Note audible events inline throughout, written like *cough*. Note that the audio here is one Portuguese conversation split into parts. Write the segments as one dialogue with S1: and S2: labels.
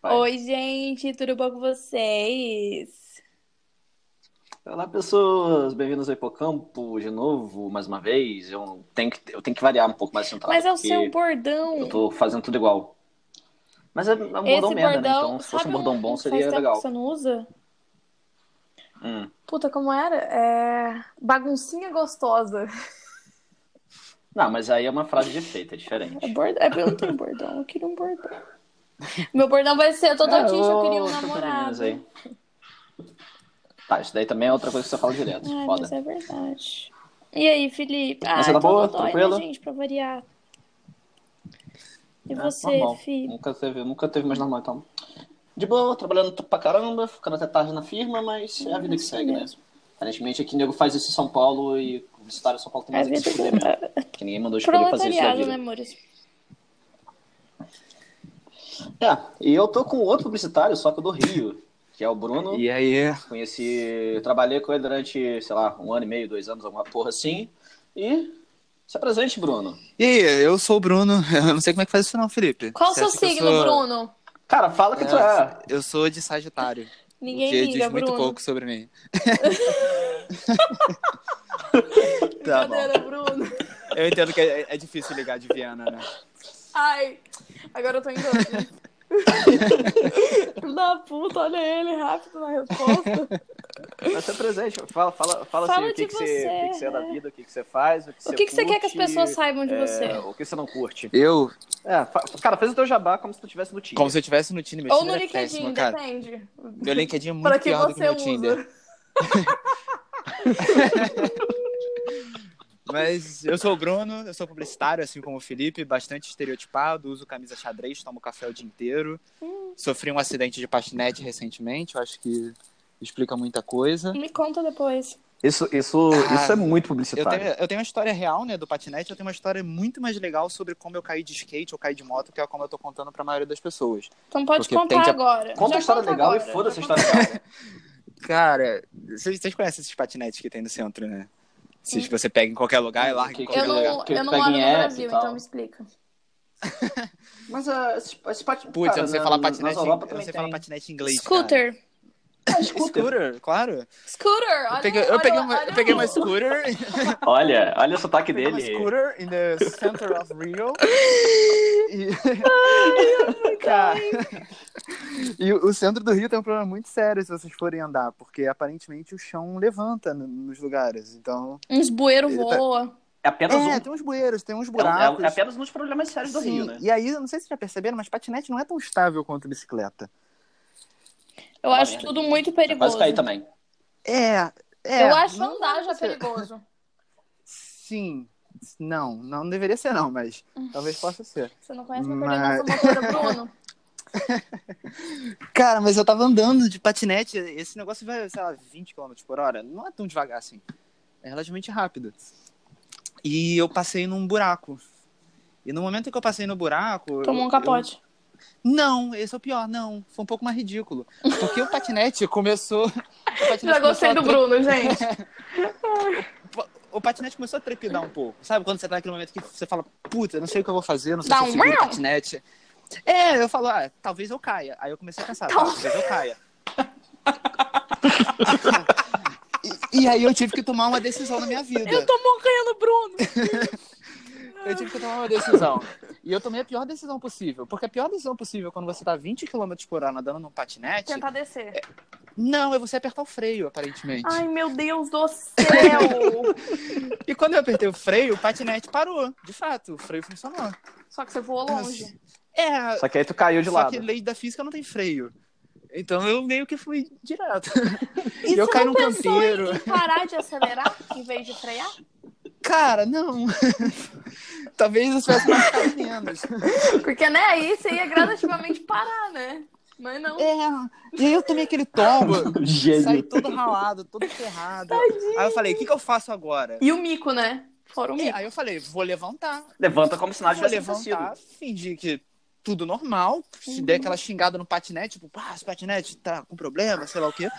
S1: Vai.
S2: Oi, gente, tudo bom com vocês?
S1: Olá, pessoas! Bem-vindos ao Hipocampo de novo, mais uma vez. Eu tenho que, eu tenho que variar um pouco mais essa entrada,
S2: Mas é o
S1: porque
S2: seu
S1: Eu
S2: bordão.
S1: tô fazendo tudo igual. Mas é um bordão merda,
S2: Esse
S1: né?
S2: bordão,
S1: Então, se fosse
S2: sabe
S1: um bordão bom,
S2: faz
S1: seria
S2: tempo que
S1: legal.
S2: você não usa?
S1: Hum.
S2: Puta, como era? É... Baguncinha gostosa.
S1: Não, mas aí é uma frase de efeito, é
S2: É
S1: diferente.
S2: bordão. É porque eu não tenho bordão, eu queria um bordão. Meu bordão vai ser, eu tô
S1: É,
S2: tão triste, eu
S1: ô,
S2: queria um
S1: essas meninas
S2: namorado.
S1: aí. Tá, isso daí também é outra coisa que você fala direto.
S2: Ai,
S1: Foda.
S2: mas é verdade. E aí, Felipe? Ah,
S1: Mas você tá
S2: eu tô
S1: boa?
S2: dodói,
S1: Tranquila?
S2: né, gente, pra variar. E
S1: É,
S2: você,
S1: normal.
S2: Fih?
S1: Nunca teve, nunca teve mais normal, então. De boa, trabalhando pra caramba, ficando até tarde na firma, mas é a vida que
S2: Isso
S1: segue, né?
S2: mesmo.
S1: Aparentemente aqui nego faz isso em São Paulo e o visitário de São Paulo tem
S2: É a
S1: mais é que
S2: vida
S1: se fuder mesmo.
S2: do...
S1: Que ninguém mandou escolher fazer isso da
S2: Proletariado, né,
S1: vida.
S2: amores?
S1: É, e eu tô com outro publicitário, só que do Rio, que é o Bruno.
S3: E aí?
S1: Conheci, trabalhei com ele durante, sei lá, um ano e meio, dois anos, alguma porra assim. E se apresente, Bruno.
S3: E aí, eu sou o Bruno. *laughs* Eu não sei como é que faz isso não, Felipe.
S2: Qual o
S3: Você
S2: seu
S3: acha que eu
S2: signo,
S3: sou-
S2: Bruno?
S1: Cara, fala que tu é.
S3: É, eu sou de Sagitário.
S2: Ninguém
S3: o que
S2: liga,
S3: diz muito
S2: Bruno.
S3: pouco sobre mim. tá bom.
S2: Brincadeira, Bruno.
S3: Eu entendo que é, é difícil ligar de Viana, né?
S2: Ai, agora eu tô em *laughs* dúvida. Filho da puta, olha ele rápido na resposta.
S3: Mas se apresente. Fala, fala, fala,
S1: assim,
S2: Fala de você, é.
S3: vida, o que, que você faz, o que
S2: O que, que você quer que as pessoas saibam de
S3: é,
S2: você?
S1: é, o que você não curte.
S3: Eu,
S1: É, fa- cara, fez o teu jabá como se tu tivesse no Tinder.
S3: como se eu estivesse no Tinder, meu
S2: Ou no
S3: Tinder é
S2: LinkedIn,
S3: péssimo, cara.
S2: depende.
S3: Meu
S2: *laughs*
S3: LinkedIn é
S2: Pra
S3: muito
S2: que
S3: pior do que
S2: você
S3: meu
S2: usa.
S3: Tinder. Mas eu sou o Bruno, eu sou publicitário, assim como o Felipe, bastante estereotipado, uso camisa xadrez, tomo café o dia inteiro.
S2: Hum.
S3: Sofri um acidente de patinete recentemente, eu acho que explica muita coisa.
S2: Me conta depois.
S1: Isso, isso,
S3: Ah,
S1: isso é muito
S3: Eu
S1: publicitário.
S3: tenho, eu tenho uma história real, né, do patinete, eu tenho uma história muito mais legal sobre como eu caí de skate ou caí de moto, que é como eu tô contando pra maioria das pessoas.
S2: Então pode
S3: Porque tem
S2: contar
S3: que-
S2: agora.
S1: Conta
S2: Já
S1: a história
S2: conta
S1: legal
S2: agora.
S1: e foda-se a
S2: Já
S1: história legal.
S3: Cara, vocês, vocês conhecem esses patinetes que tem no centro, né? Esses que você pega em qualquer lugar e larga em
S1: Que-
S2: conta.
S3: qualquer
S2: Eu
S3: lugar.
S2: não,
S1: Porque
S2: eu não
S1: pega
S2: moro
S1: em
S2: no
S1: app e
S2: Brasil,
S1: tal.
S2: então me explica.
S1: Mas ah, esse, esse patinete.
S3: Putz, eu não sei falar patinete,
S1: Nas
S3: em-
S1: Europa
S3: eu não
S1: também
S3: sei
S1: tem.
S2: *laughs*
S3: falar patinete em inglês, cara.
S2: Scooter.
S1: Ah,
S3: Scooter.
S1: scooter.
S3: claro.
S2: Scooter, olha
S3: Eu peguei, eu
S2: olha-
S3: peguei, uma,
S2: olha
S3: eu peguei uma
S2: o-
S3: scooter,
S1: Olha, olha o sotaque
S3: peguei uma
S1: dele.
S3: um scooter in the center of
S1: *laughs*
S3: Rio. E, *laughs* cara, e o o centro do Rio tem um problema muito sério se vocês forem andar, porque aparentemente o chão levanta no- nos lugares. Então,
S2: Uns bueiros
S3: Ele tá-
S2: voa.
S1: É apenas um.
S3: é, tem uns bueiros, tem uns
S1: é um-
S3: buracos.
S1: É, é apenas um dos problemas sérios do
S3: Sim,
S1: Rio, né?
S3: E aí, eu não sei se vocês já perceberam, mas patinete não é tão estável quanto bicicleta.
S2: Eu
S1: Uma
S2: acho
S1: merda.
S2: tudo muito
S1: Já
S2: perigoso.
S1: quase
S3: tá
S1: caí também.
S3: É, é.
S2: Eu acho
S3: não-
S2: andar já
S3: você-
S2: perigoso.
S3: Sim. Não, não deveria ser
S2: *laughs*
S3: não, mas talvez possa ser.
S2: Você não conhece meu
S3: Mas-
S2: coordenação motora, Bruno?
S3: *laughs* Cara, mas eu tava andando de patinete, esse negócio vai, sei lá, 20 km por hora. Não é tão devagar assim. É relativamente rápido. E eu passei num buraco. E no momento que eu passei no buraco.
S2: Tomou um
S3: eu-
S2: capote.
S3: eu- Não, esse é o pior, não. Foi um pouco mais ridículo. Porque o patinete começou. *laughs* O patinete
S2: Já gostei
S3: começou
S2: do
S3: a
S2: Bruno, gente.
S3: *laughs* tre- O patinete começou a trepidar um pouco. Sabe quando você tá naquele momento que você fala, puta, eu não sei o que eu vou fazer, não sei
S2: Dá
S3: se
S2: um
S3: eu seguro o
S2: miau.
S3: patinete. É, eu falo, ah, talvez eu caia. Aí eu comecei a pensar,
S2: Então-
S3: tá, talvez eu caia. E, e aí eu tive que tomar uma decisão na minha vida.
S2: Eu tô morrendo, Bruno.
S3: Eu tive que tomar uma decisão. E eu tomei a pior decisão possível. Porque a pior decisão possível quando você tá 20 km por hora andando num patinete,
S2: Tentar descer.
S3: não, é você apertar o freio, aparentemente.
S2: Ai, meu Deus do céu.
S3: E quando eu apertei o freio, o patinete parou. De fato, o freio funcionou.
S2: *laughs* Só que você voou longe.
S3: É,
S1: Só que aí tu caiu de *laughs*
S3: só
S1: lado.
S3: que lei da física não tem freio. Então eu meio que fui *laughs* direto.
S2: E
S3: E eu
S2: você
S3: caí
S2: não
S3: num
S2: pensou
S3: canteiro.
S2: Em, em parar de acelerar em vez de frear?
S3: Cara, não. *laughs* Talvez as pessoas ficassem menos.
S2: Porque, né, aí você ia gradativamente parar, né? Mas não.
S3: É, e aí eu tomei aquele *laughs* tombo. Saí
S1: Gênio.
S3: todo ralado, todo ferrado. Aí eu falei, o que, que eu faço agora?
S2: E o mico, né? Fora o
S3: É,
S2: mico.
S3: aí eu falei, vou levantar.
S1: Levanta como se nada
S3: vou
S1: tivesse acontecido.
S3: levantar, fingir que tudo normal. Se der aquela xingada no patinete, tipo, pá, esse patinete tá com problema, sei lá o quê.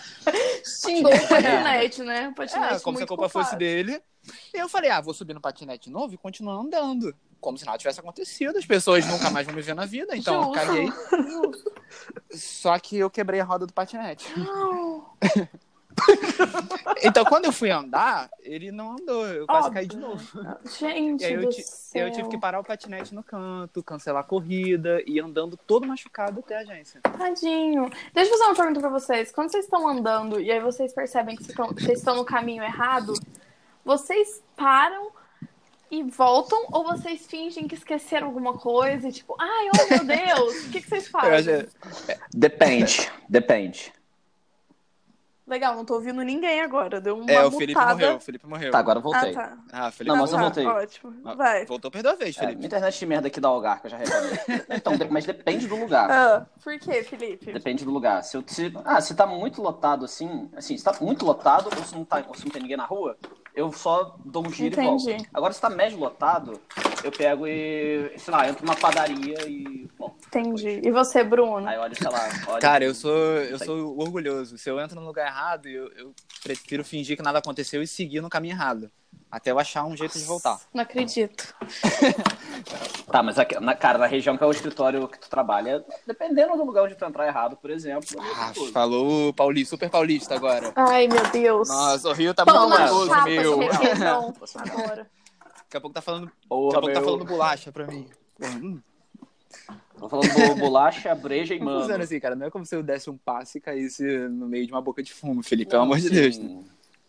S2: Xingou o patinete, né? O
S3: É,
S2: patinete
S3: como se a
S2: muito
S3: culpa
S2: culpado.
S3: fosse dele. E eu falei, ah, vou subir no patinete novo e continuar andando. como se nada tivesse acontecido, as pessoas nunca mais vão me ver na vida, então eu
S2: Justo.
S3: caguei. Só que eu quebrei a roda do patinete.
S2: Não.
S3: *laughs* Então, quando eu fui andar, ele não andou, eu quase
S2: Óbvio.
S3: caí de novo.
S2: Gente
S3: E aí eu
S2: do
S3: ti-
S2: céu.
S3: Eu tive que parar o patinete no canto, cancelar a corrida e ir andando todo machucado até a agência.
S2: Tadinho. Deixa eu fazer uma pergunta pra vocês. Quando vocês estão andando e aí vocês percebem que vocês estão- vocês estão no caminho errado, vocês param e voltam ou vocês fingem que esqueceram alguma coisa e tipo, ai, oh meu Deus, o que, que vocês
S3: *laughs* Eu é
S2: fazem?
S3: achei-
S1: Depende, depende.
S2: Legal, não tô ouvindo ninguém agora. Deu uma
S3: É, o
S2: mutada.
S3: Felipe morreu, o Felipe morreu.
S1: Tá, agora eu
S2: Ah,
S1: voltei.
S2: tá.
S3: Ah, Felipe
S1: Não,
S2: Ah,
S1: mas eu
S2: tá.
S1: voltei. Ah,
S2: Ótimo. Vai.
S3: Voltou, perdeu a vez,
S1: É,
S3: Felipe.
S1: minha internet de merda aqui da Algar, que eu já reclamei. então, de- mas depende do lugar.
S2: Ah, por quê, Felipe?
S1: Depende do lugar. Se, eu, se, ah, se tá muito lotado assim, assim, se tá muito lotado ou se não, tá, ou se não tem ninguém na rua, eu só dou um giro
S2: Entendi.
S1: e volto. Agora, se tá médio lotado, eu pego e, sei lá, entro numa padaria e. Bom,
S2: Entendi. E você, Bruno?
S1: aí olha, sei lá. Olha,
S3: Cara, eu sou, eu sou orgulhoso. Se eu entro no lugar errado, eu, eu prefiro fingir que nada aconteceu e seguir no caminho errado. Até eu achar um jeito de voltar.
S2: Não acredito.
S1: Tá, mas aqui, na, cara, na região que é o escritório que tu trabalha, dependendo do lugar onde tu entrar errado, por exemplo. é
S3: Ah,
S1: perigoso.
S3: falou o paulista, super paulista agora.
S2: Ai, meu Deus.
S3: Nossa, o Rio tá
S2: Pão
S3: muito
S2: na
S1: maravilhoso,
S3: nervoso,
S2: chapa,
S3: meu. Daqui
S2: requeijão. Agora.
S3: a pouco tá falando, daqui
S1: Porra,
S3: a pouco tá
S1: meu.
S3: falando bolacha pra mim. Porra, hum.
S1: Tô falando bo- bolacha, breja e
S3: Tô dizendo
S1: mano.
S3: assim, cara, não é como se eu desse um passe e caísse no meio de uma boca de fumo, Felipe, pelo amor de Deus. né?
S1: Sim.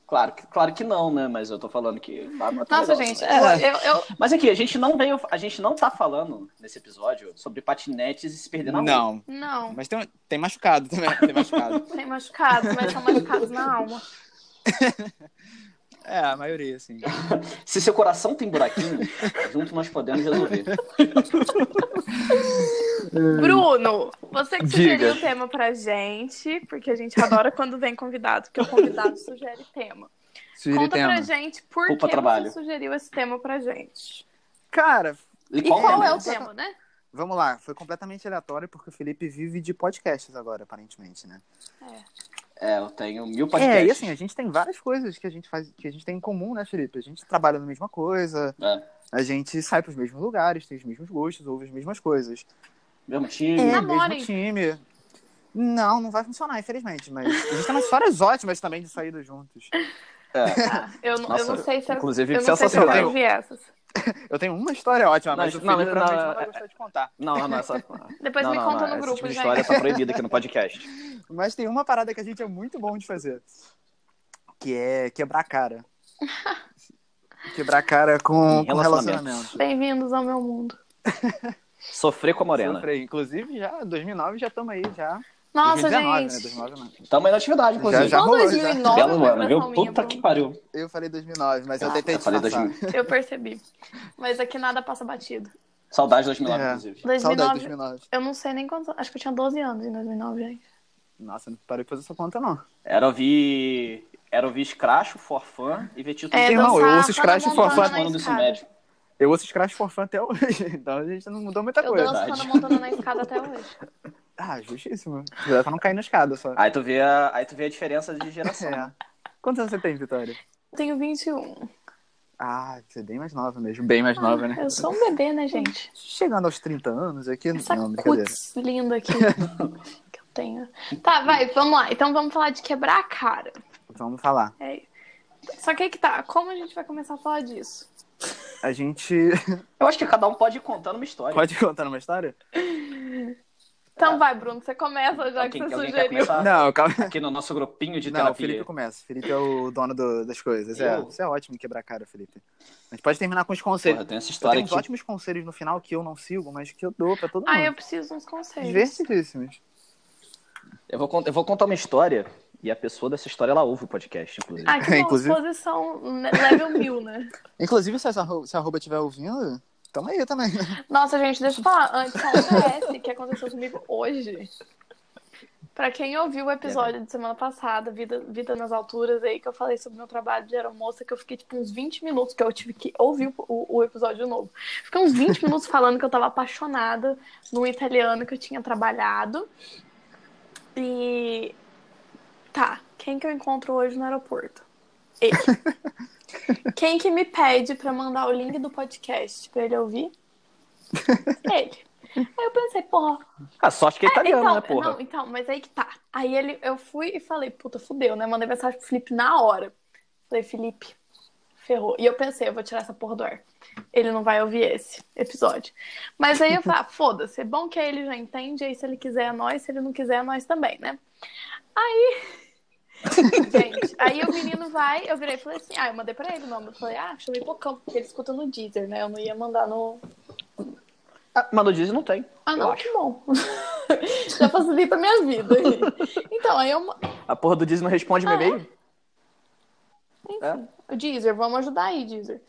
S1: Claro, que- claro que não, né? Mas eu tô falando que. ah, não é tão
S2: Nossa,
S1: legal.
S2: gente,
S3: É.
S2: eu, eu-
S1: Mas aqui, a gente não veio. A gente não tá falando nesse episódio sobre patinetes e se perder na rua.
S3: Não,
S2: Não,
S3: mas tem, tem machucado também,
S1: *laughs*
S3: tem machucado.
S2: tem machucados, mas são machucados na alma.
S3: É, a maioria, assim.
S1: Se seu coração tem
S2: *laughs*
S1: buraquinho, junto nós podemos resolver.
S2: Bruno, você que
S3: Diga.
S2: sugeriu o tema pra gente, porque a gente adora quando vem convidado, porque o convidado sugere tema.
S3: Sugeri
S2: Conta pra
S3: tema.
S2: gente por
S1: Poupa
S2: que
S1: trabalho.
S2: você sugeriu esse tema pra gente.
S3: Cara,
S1: E
S2: E qual é o
S1: momento?
S2: tema,
S1: *laughs*
S2: né?
S4: Vamos lá, foi completamente aleatório porque o Felipe vive de podcasts agora, aparentemente, né?
S1: É, eu tenho mil podcasts.
S4: É, e assim, a gente tem várias coisas que a gente faz, que a gente tem em comum, né, Felipe? A gente trabalha na mesma coisa,
S1: É,
S4: a gente sai pros mesmos lugares, tem os mesmos gostos, ouve as mesmas coisas.
S1: mesmo time.
S2: É.
S4: mesmo
S2: Namorem.
S4: time. Não, não vai funcionar, infelizmente, mas a gente tem umas histórias ótimas também de saídas juntos.
S1: É.
S2: Ah, eu, não- eu
S1: Nossa,
S2: não sei se eu,
S1: inclusive,
S2: eu não sei se eu
S1: sensacional.
S2: ouvi essas.
S4: Eu tenho uma história ótima,
S1: Não,
S4: mas o
S1: não,
S4: Felipe
S1: não,
S4: provavelmente
S1: não,
S4: não vai
S1: é-
S4: gostar de contar.
S1: Não, não, não. Essa...
S2: Depois
S1: não,
S2: me
S1: não,
S2: conta
S1: não,
S2: no
S1: essa
S2: grupo,
S1: tipo de
S2: gente.
S1: história tá proibida aqui no podcast.
S4: Mas tem uma parada que a gente é muito bom de fazer. Que é quebrar a cara. *laughs* Quebrar a cara com,
S1: Em
S4: com relacionamento.
S2: Bem-vindos ao meu mundo.
S1: Sofrer com a Morena.
S4: Sofre aí. Inclusive, já 2009 já estamos aí, já.
S2: Nossa,
S4: 2019, né?
S2: gente.
S4: 2009 não.
S1: Tamo aí na atividade, inclusive.
S4: Já
S2: Só
S4: rolou, já.
S2: 2009
S1: Belo
S2: foi
S1: ano, viu?
S2: coração minha,
S1: Puta
S2: Bruno.
S1: que pariu.
S4: Eu falei 2009, mas eu tentei
S1: eu falei
S4: disfarçar.
S1: 2000.
S2: Eu percebi. Mas aqui nada passa batido.
S1: Saudade de 2009,
S4: É.
S1: inclusive.
S4: Saudade
S2: 2009,
S4: de 2009.
S2: eu não sei nem quantos. Acho que eu tinha 12 anos em 2009, gente.
S4: Nossa, não parei de fazer essa conta, não.
S1: Era ouvir. Era ouvir Scracho, Forfã e ver Tito
S2: É,
S1: Zé.
S4: Irmão, eu
S2: dançava
S4: ouço Scratch
S2: quando
S4: Forfã.
S2: montando na
S1: ano do ensino
S2: escada.
S1: médio.
S4: Eu ouço Scratch for Fun até hoje, *laughs* então a gente não mudou muita
S2: Eu
S4: coisa.
S2: danço quando
S1: Verdade.
S2: montando na escada até hoje.
S4: Ah, justíssimo. Dá pra não cair na escada *laughs* só.
S1: Aí tu vê a, aí tu vê a diferença de geração.
S4: É. Quantos anos você tem, Vitória?
S2: *laughs* Eu tenho 21.
S4: Ah, você é bem mais nova mesmo. Bem mais nova, né?
S2: Eu sou um bebê, né, gente?
S4: Chegando aos 30 anos aqui.
S2: Essa
S4: não, brincadeira.
S2: cutis linda
S4: *laughs*
S2: aqui que eu tenho. Tá, vai, vamos lá. Então vamos falar de quebrar a cara.
S4: Então, Vamos falar.
S2: É. Só que aí que tá. Como a gente vai começar a falar disso?
S4: A gente.
S1: Eu acho que cada um pode ir contando uma história.
S4: Pode contar uma história? Tá.
S2: Então vai, Bruno, você começa já
S1: Alguém,
S2: que você
S1: alguém quer
S2: sugeriu.
S1: começar?
S4: Não, calma.
S1: Aqui no nosso grupinho Tá. de
S4: Não, o
S1: terapia.
S4: Felipe começa. O Felipe é o dono do- das coisas. É,
S1: Eu?
S4: isso é ótimo quebrar a cara, Felipe. A gente pode terminar com os
S1: Porra,
S4: conselhos.
S1: tem essa
S4: Eu
S1: história
S4: tenho uns
S1: aqui.
S4: ótimos conselhos no final que eu não sigo, mas que eu dou pra todo mundo.
S2: Ah, eu preciso uns conselhos.
S4: Divertidíssimos.
S1: Eu vou, con- eu vou contar uma história e a pessoa dessa história ela ouve o podcast,
S4: *laughs*
S1: inclusive.
S2: Ah, que bom,
S4: Inclusive-
S2: exposição né, level 1000, né?
S4: Inclusive, se, essa, arro- se a arroba estiver ouvindo, tamo aí também.
S2: Nossa, gente, deixa eu falar. Antes, só um PS que aconteceu comigo hoje. Pra quem ouviu o episódio de semana passada, Vida, Vida nas Alturas, aí que eu falei sobre meu trabalho de aeromoça, que eu fiquei tipo uns 20 minutos, que eu tive que ouvir o, o episódio de novo. Fiquei uns 20 minutos falando que eu tava apaixonada num italiano que eu tinha trabalhado. E. Tá, quem que eu encontro hoje no aeroporto? Ele. quem que me pede pra mandar o link do podcast pra ele ouvir? Ele. Aí eu pensei, porra,
S1: Ah, sorte que é italiano,
S2: então,
S1: né, porra?
S2: Não, então, mas aí que tá. Aí ele, eu fui e falei, puta, fudeu, né? Mandei mensagem pro Felipe na hora. Falei, Felipe, ferrou. E eu pensei, eu vou tirar essa porra do ar. Ele não vai ouvir esse episódio. Mas aí eu falei, ah, foda-se, é bom que aí ele já entende, aí se ele quiser é nós, se ele não quiser é nós também, né? Aí. *laughs* Gente, aí o menino vai, eu virei e falei assim, ah, eu mandei pra ele o nome. Eu falei, ah, chamei Pocão, porque ele escuta no Deezer, né? Eu não ia mandar no,
S1: Ah, mas no Disney não tem.
S2: ah,
S1: eu
S2: não,
S1: acho.
S2: que bom. *laughs* Já facilita a minha vida. Então, aí eu.
S1: A porra do Disney não responde meu
S2: Ah, é?
S1: e-mail?
S2: Enfim,
S1: É.
S2: o Deezer, vamos ajudar aí, Deezer.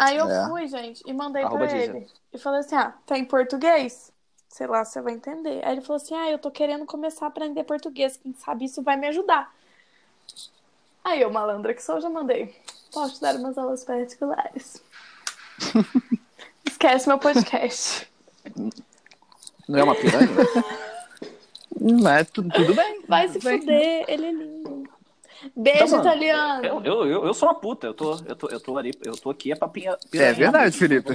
S2: Aí eu
S5: É.
S2: fui, gente, e mandei
S1: Arroba
S2: pra
S1: Deezer.
S2: ele. E falei assim: ah, tá em português? Sei lá, você vai entender. Aí ele falou assim: ah, eu tô querendo começar a aprender português, quem sabe isso vai me ajudar. Aí eu, malandra que sou, já mandei. Posso dar umas
S1: *laughs*
S2: aulas particulares. Esquece meu podcast.
S1: Não é uma piranha?
S5: Mas tudo, tudo bem.
S2: Hum. Vai se fuder, ele é lindo. Beijo,
S1: Então, mano,
S2: italiano.
S1: eu, eu, eu, eu sou uma puta, eu tô, eu tô, eu tô ali, eu tô aqui é pra pinha,
S5: É
S1: piranha.
S5: verdade, Felipe.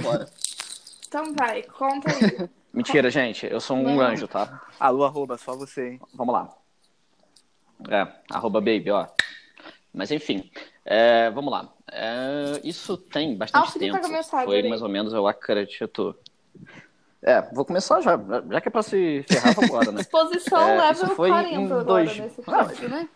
S2: Então vai,
S1: *laughs*
S2: conta aí.
S1: Mentira, gente, eu sou um
S2: Não.
S1: anjo, tá?
S5: Alô, arroba, só você, hein?
S1: Vamos lá. É, arroba baby, ó. Mas enfim, é, vamos lá. É, isso tem
S2: Ah, o
S1: bastante
S2: Felipe
S1: tempo.
S2: vai começar,
S1: Foi
S2: adorei.
S1: mais ou menos, eu acredito. É, vou começar já. Já que é pra se ferrar, vambora, né?
S2: Posição
S1: É, isso
S2: level
S1: foi
S2: 40
S1: em
S2: agora
S1: dois- Ah,
S2: nesse episódio, né?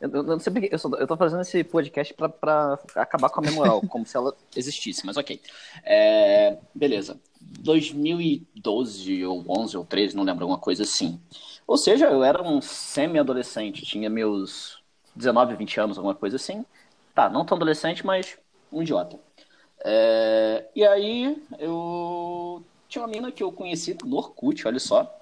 S1: Eu, eu não sei porque, eu, só- eu tô fazendo esse podcast pra, pra acabar com a minha moral, como se ela existisse, mas ok. É, beleza. 2012 ou 11 ou 13, não lembro, alguma coisa assim. Ou seja, eu era um semi-adolescente, tinha meus 19, 20 anos, alguma coisa assim. Tá, não tão adolescente, mas um idiota. É, e aí, eu tinha uma menina que eu conheci no Orkut, olha só.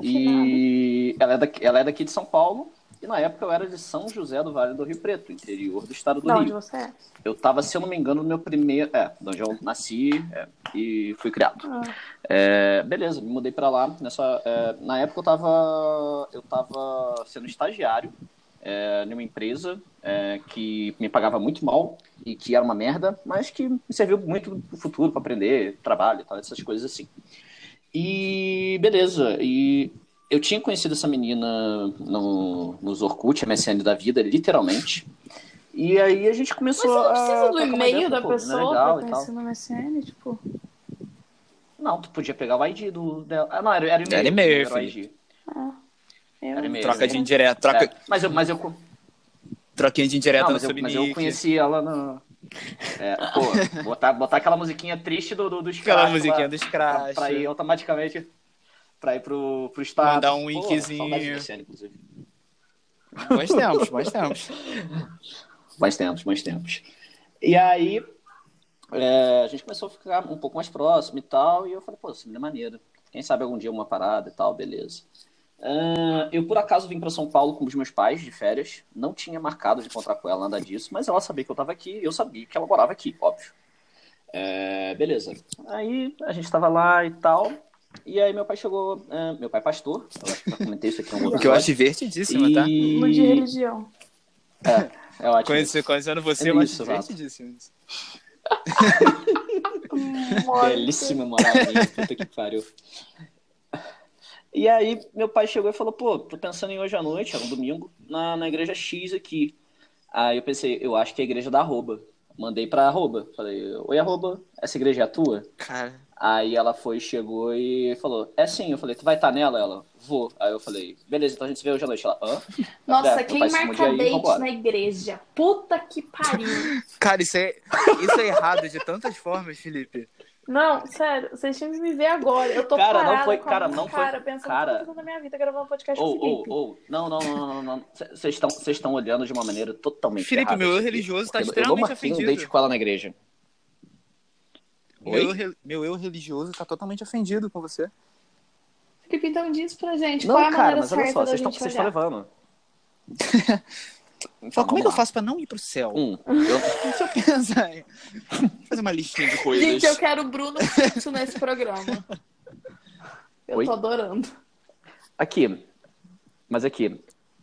S1: E ela é, daqui, ela é daqui de São Paulo, e na época eu era de São José do Vale do Rio Preto, interior do estado do
S2: Da
S1: Rio.
S2: onde você é?
S1: Eu tava, se eu não me engano, no meu primeiro. É, de onde eu nasci é, e fui criado.
S2: Ah.
S1: É, beleza, me mudei pra lá. Nessa, é, na época eu tava. Eu tava sendo estagiário é, numa empresa é, que me pagava muito mal e que era uma merda, mas que me serviu muito pro futuro pra aprender trabalho e tal, essas coisas assim. E beleza, e eu tinha conhecido essa menina no, nos Orkut, MSN da vida, literalmente. E aí a gente
S2: Mas você
S1: começou
S2: não
S1: a
S2: precisa do
S1: trocar uma
S2: e-mail
S1: ideia,
S2: da
S1: pô, menina
S2: pessoa
S1: né? legal
S2: pra
S1: e tal.
S2: conhecer no MSN, tipo...
S1: Não, tu podia pegar o ID do dela. Ah, não, era, era e-mail.
S3: Era e-mail,
S1: era o
S3: Felipe.
S1: ID.
S2: Eu...
S1: Era e-mail.
S3: Troca de indireta. Troca,
S1: É, mas eu, mas eu,
S3: Troquinha de indireta
S1: não,
S3: no
S1: mas eu, mas eu
S3: subnick.
S1: conheci ela na. É, pô, botar, botar aquela musiquinha triste do, do, do Scratch
S3: Aquela
S1: lá,
S3: musiquinha dos
S1: pra,
S3: Crash.
S1: pra ir automaticamente pra ir pro, pro estado.
S3: Mandar um
S1: Pô,
S3: wikizinho.
S1: saudades do MSN, inclusive.
S3: Bons tempos, bons tempos. *laughs*
S1: Mais tempos, mais tempos. E aí, é, a gente começou a ficar um pouco mais próximo e tal, e eu falei, pô, essa menina é maneira. Quem sabe algum dia uma parada e tal, beleza. Ah, eu, por acaso, vim para São Paulo com os meus pais de férias, não tinha marcado de encontrar com ela, nada disso, mas ela sabia que eu tava aqui, e eu sabia que ela morava aqui, óbvio. É, beleza. Aí, a gente tava lá e tal, e aí meu pai chegou, é, meu pai é pastor, eu acho que eu já comentei isso aqui em algum
S3: *laughs* O que eu acho
S1: episódio.
S3: divertidíssimo, tá?
S1: E-
S2: No de religião.
S1: É ótimo.
S3: Conhece- Conhecendo você,
S1: É
S3: eu acho
S1: isso, Rafa.
S3: divertidíssimo. isso.
S1: hum,
S2: Morte.
S1: Belíssima maravilha, puta que pariu. E aí, meu pai chegou e falou: pô, tô pensando em hoje à noite, era um domingo, na, na igreja X aqui. Aí eu pensei: eu acho que é a igreja da arroba. Mandei pra arroba. Falei: oi, arroba, essa igreja é a tua?
S3: Cara,
S1: Aí ela foi, chegou e falou: é sim. Eu falei: tu vai estar nela? Ela: vou. Aí eu falei: beleza, então a gente se vê hoje à noite. Ela: hã? É,
S2: Nossa,
S1: meu
S2: quem
S1: pai se
S2: marca
S1: muda aí,
S2: date
S1: vambora.
S2: na igreja? Puta que pariu.
S3: cara isso, é, isso é errado de tantas formas, Felipe.
S2: *laughs* Não, sério, vocês tinham que me ver agora. Eu tô
S1: Cara, não
S2: parada
S1: foi-
S2: com a
S1: cara,
S2: mão na
S1: não foi-
S2: cara, pensando
S1: cara.
S2: em tudo na minha vida, gravando um podcast
S1: Ou,
S2: com o
S1: ou,
S2: Felipe.
S1: ou. Não, não, não, não, não, não. Vocês estão- vocês estão olhando de uma maneira totalmente.
S3: Felipe,
S1: errada
S3: meu
S1: isso
S3: eu
S1: aqui.
S3: religioso tá
S1: Eu- Eu não
S3: extremamente
S1: marquei um date
S3: ofendido.
S1: com ela na igreja.
S3: Meu eu, re- meu eu religioso tá totalmente ofendido com você.
S2: Felipe, então diz pra gente
S1: Não,
S2: qual é a
S1: cara,
S2: maneira
S1: mas olha
S2: certa
S1: só,
S2: da
S1: vocês estão
S2: gente
S1: vocês estão
S2: olhar.
S1: levando. Então,
S3: Fala, como é que eu
S1: vamos lá.
S3: faço pra não ir pro céu?
S1: Um, eu-
S3: *laughs* Deixa eu pensar aí. Fazer uma listinha de coisas.
S2: Gente, eu quero o Bruno fixo nesse programa. Eu
S1: Oi?
S2: tô adorando.
S1: Aqui. Mas aqui.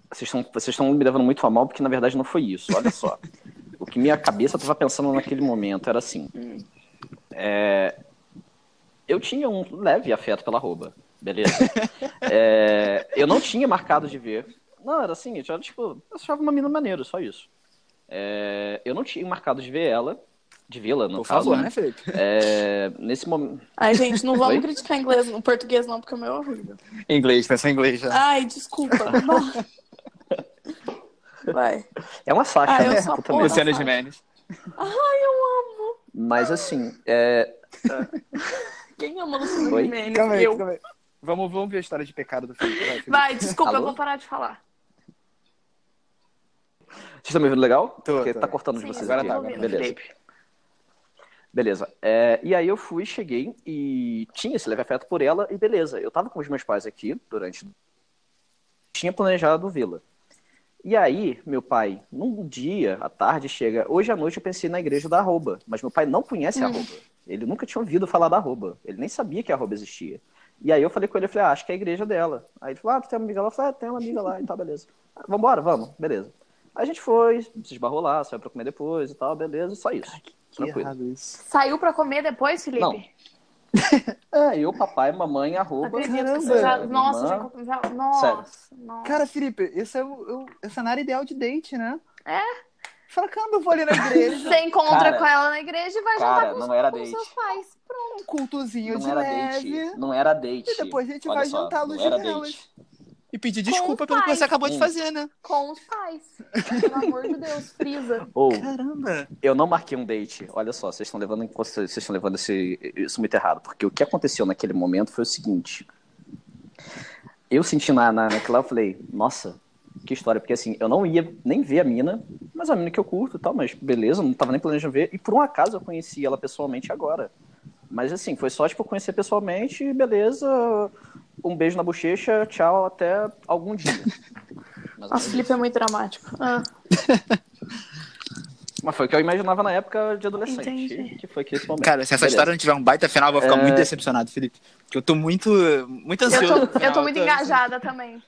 S1: Vocês estão, vocês estão me levando muito a mal, porque na verdade não foi isso. Olha só. o que minha cabeça estava pensando naquele momento era assim. É, eu tinha um leve afeto pela arroba, beleza? É, eu não tinha marcado de ver. Não, era assim, eu já, tipo, eu achava uma mina maneira, só isso. É, eu não tinha marcado de ver ela, de vê-la, no
S3: Por
S1: caso.
S3: favor,
S1: né?
S3: né, Felipe?
S1: É, nesse momento.
S2: Ai, gente, não vamos
S1: Oi?
S2: criticar inglês, no português não, porque o meu é horrível.
S3: Inglês, pensou em inglês já.
S2: Ai, desculpa. *laughs* Vai.
S1: É uma Sasha,
S2: Ah, eu
S1: né?
S2: sou a
S1: Puta
S2: porra.
S1: merda.
S3: Luciana Gimenez.
S1: Mas assim, é,
S2: Quem ama Luciano
S1: Oi?
S2: Gimenez?
S4: Calma aí,
S2: Eu.
S4: calma aí. Vamos, vamos ver a história de pecado do Felipe. Vai, Felipe.
S2: Vai, desculpa,
S1: Alô?
S2: eu vou parar de falar.
S1: vocês estão me ouvindo legal?
S4: Tô,
S1: Porque
S4: tô.
S1: tá cortando de
S2: Sim,
S1: vocês
S2: agora
S1: aqui.
S2: tá, agora tá.
S1: Beleza.
S2: Felipe.
S1: Beleza. É, e aí eu fui, cheguei e tinha esse leve afeto por ela e beleza. Eu tava com os meus pais aqui durante. Tinha planejado vê-la. E aí, meu pai, num dia, à tarde, chega. Hoje à noite eu pensei na igreja da arroba, mas meu pai não conhece
S2: Uhum.
S1: a arroba. Ele nunca tinha ouvido falar da arroba. Ele nem sabia que a arroba existia. E aí eu falei com ele, eu falei, ah, acho que é a igreja dela. Aí ele falou, ah, tu tem uma amiga lá? Eu falei, ah, tem uma amiga lá e tal, beleza. Ah, Vambora, vamos, beleza. Aí a gente foi, se esbarrou lá, saiu pra comer depois e tal, beleza, só isso.
S4: Que
S1: Tranquilo.
S4: errado isso.
S2: Saiu pra comer depois, Felipe?
S1: Não. É, eu, papai, mamãe,
S2: Não
S1: arroba.
S2: acredito que
S4: caramba.
S2: você já...
S1: Irmã.
S2: Nossa, já... já- Nossa, nossa.
S4: Cara, Felipe, esse é o, o, é o cenário ideal de date, né?
S2: É.
S4: Fala, caramba, eu vou ali na igreja,
S2: Você encontra
S1: Cara,
S2: com ela na igreja e vai
S1: Cara,
S2: jantar com,
S1: não era
S2: com
S1: date.
S2: seus pais.
S4: um cultozinho
S1: Não
S4: de
S1: era
S4: leve.
S1: date. Não era date.
S4: E depois a gente
S1: Olha
S4: vai
S1: só,
S4: jantar à luz
S1: não era
S4: de velas.
S1: date.
S3: E pedir
S2: Com
S3: desculpa
S2: o
S3: pelo que
S2: pai.
S3: você acabou de
S1: Hum.
S3: fazer, né?
S2: Com os pais. Pelo amor de Deus, frisa.
S1: Ou,
S3: Caramba.
S1: eu não marquei um date. Olha só, vocês estão levando, em consideração- vocês estão levando esse- isso muito errado. Porque o que aconteceu naquele momento foi o seguinte. Eu senti na, na, naquela, eu falei, nossa, que história. Porque assim, eu não ia nem ver a mina, mas a mina que eu curto e tal, mas beleza, não tava nem planejando ver. E por um acaso eu conheci ela pessoalmente agora. Mas assim, foi só tipo conhecer pessoalmente, beleza, um beijo na bochecha, tchau, até algum dia. Mas, assim,
S2: Nossa, Felipe é muito dramático. Ah,
S1: mas foi o que eu imaginava na época de adolescente,
S2: Entendi.
S1: que foi que esse momento.
S3: Cara, se essa
S1: Beleza. É.
S3: história não tiver um baita final, eu vou ficar muito decepcionado, Felipe. Porque eu tô muito, muito ansioso.
S2: eu,
S3: pro
S2: tô,
S3: final,
S2: eu tô muito engajada também.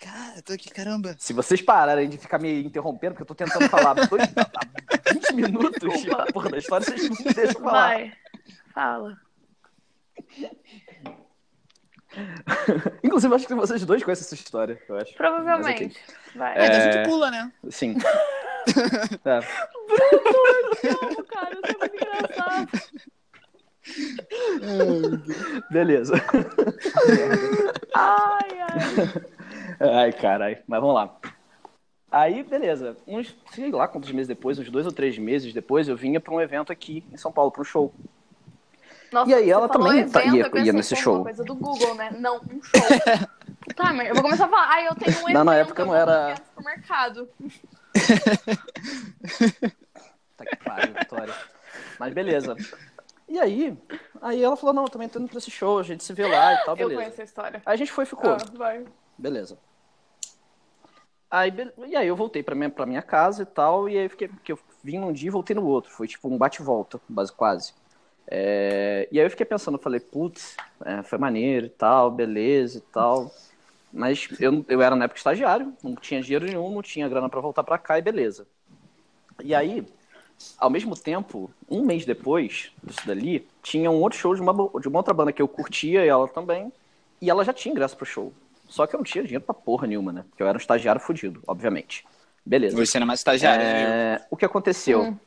S3: Cara, eu tô aqui, caramba.
S1: Se vocês pararem de ficar me interrompendo, porque eu tô tentando falar
S2: *laughs*
S1: dois, há 20 minutos
S2: Desculpa.
S1: da porra da história, vocês não me deixam falar.
S2: Vai. Fala.
S1: Inclusive, eu acho que vocês dois conhecem essa história, eu acho.
S2: Provavelmente. Vai.
S3: É, que a
S1: É.
S3: gente pula, né?
S2: *laughs*
S1: Sim. É,
S2: Não, cara, isso é muito engraçado.
S1: Beleza.
S2: Ai, ai.
S1: Ai, carai. Mas vamos lá. Aí, beleza. Uns, sei lá quantos meses depois, uns dois ou três meses depois, eu vinha pra um evento aqui em São Paulo, pra um show.
S2: Nossa,
S1: E aí ela
S2: você falou
S1: também tá-
S2: evento,
S1: ia-
S2: eu pensei,
S1: ia nesse
S2: pô,
S1: show.
S2: Uma coisa do Google, né? Não,
S1: *laughs*
S2: um show. Tá, mas eu vou começar a falar. Ai, eu tenho um evento.
S1: Não, na época
S2: eu
S1: não
S2: vou num
S1: era-
S2: evento pro mercado.
S1: Tá que pariu, Vitória. Mas beleza. E aí, aí ela falou, não, eu também tô indo pra esse show, a gente se vê lá e tal, Ah,
S2: Eu
S1: beleza.
S2: conheço a história.
S1: Aí a gente foi e ficou.
S2: Ah, vai.
S1: Beleza. Aí, be- E aí eu voltei pra minha, pra minha casa e tal, e aí fiquei, porque eu vim num dia e voltei no outro. Foi tipo um bate-volta, base- quase. É, E aí eu fiquei pensando, eu falei, putz, é, foi maneiro e tal, beleza e tal. Mas eu, eu era na época estagiário, não tinha dinheiro nenhum, não tinha grana pra voltar pra cá e beleza. E aí, ao mesmo tempo, um mês depois disso dali, tinha um outro show de uma, bo- de uma outra banda que eu curtia e ela também. E ela já tinha ingresso pro show. Só que eu não tinha dinheiro pra porra nenhuma, né? Porque eu era um estagiário fudido, obviamente. Beleza.
S3: Você não é mais estagiário, né?
S1: É, o que aconteceu?
S2: Hum.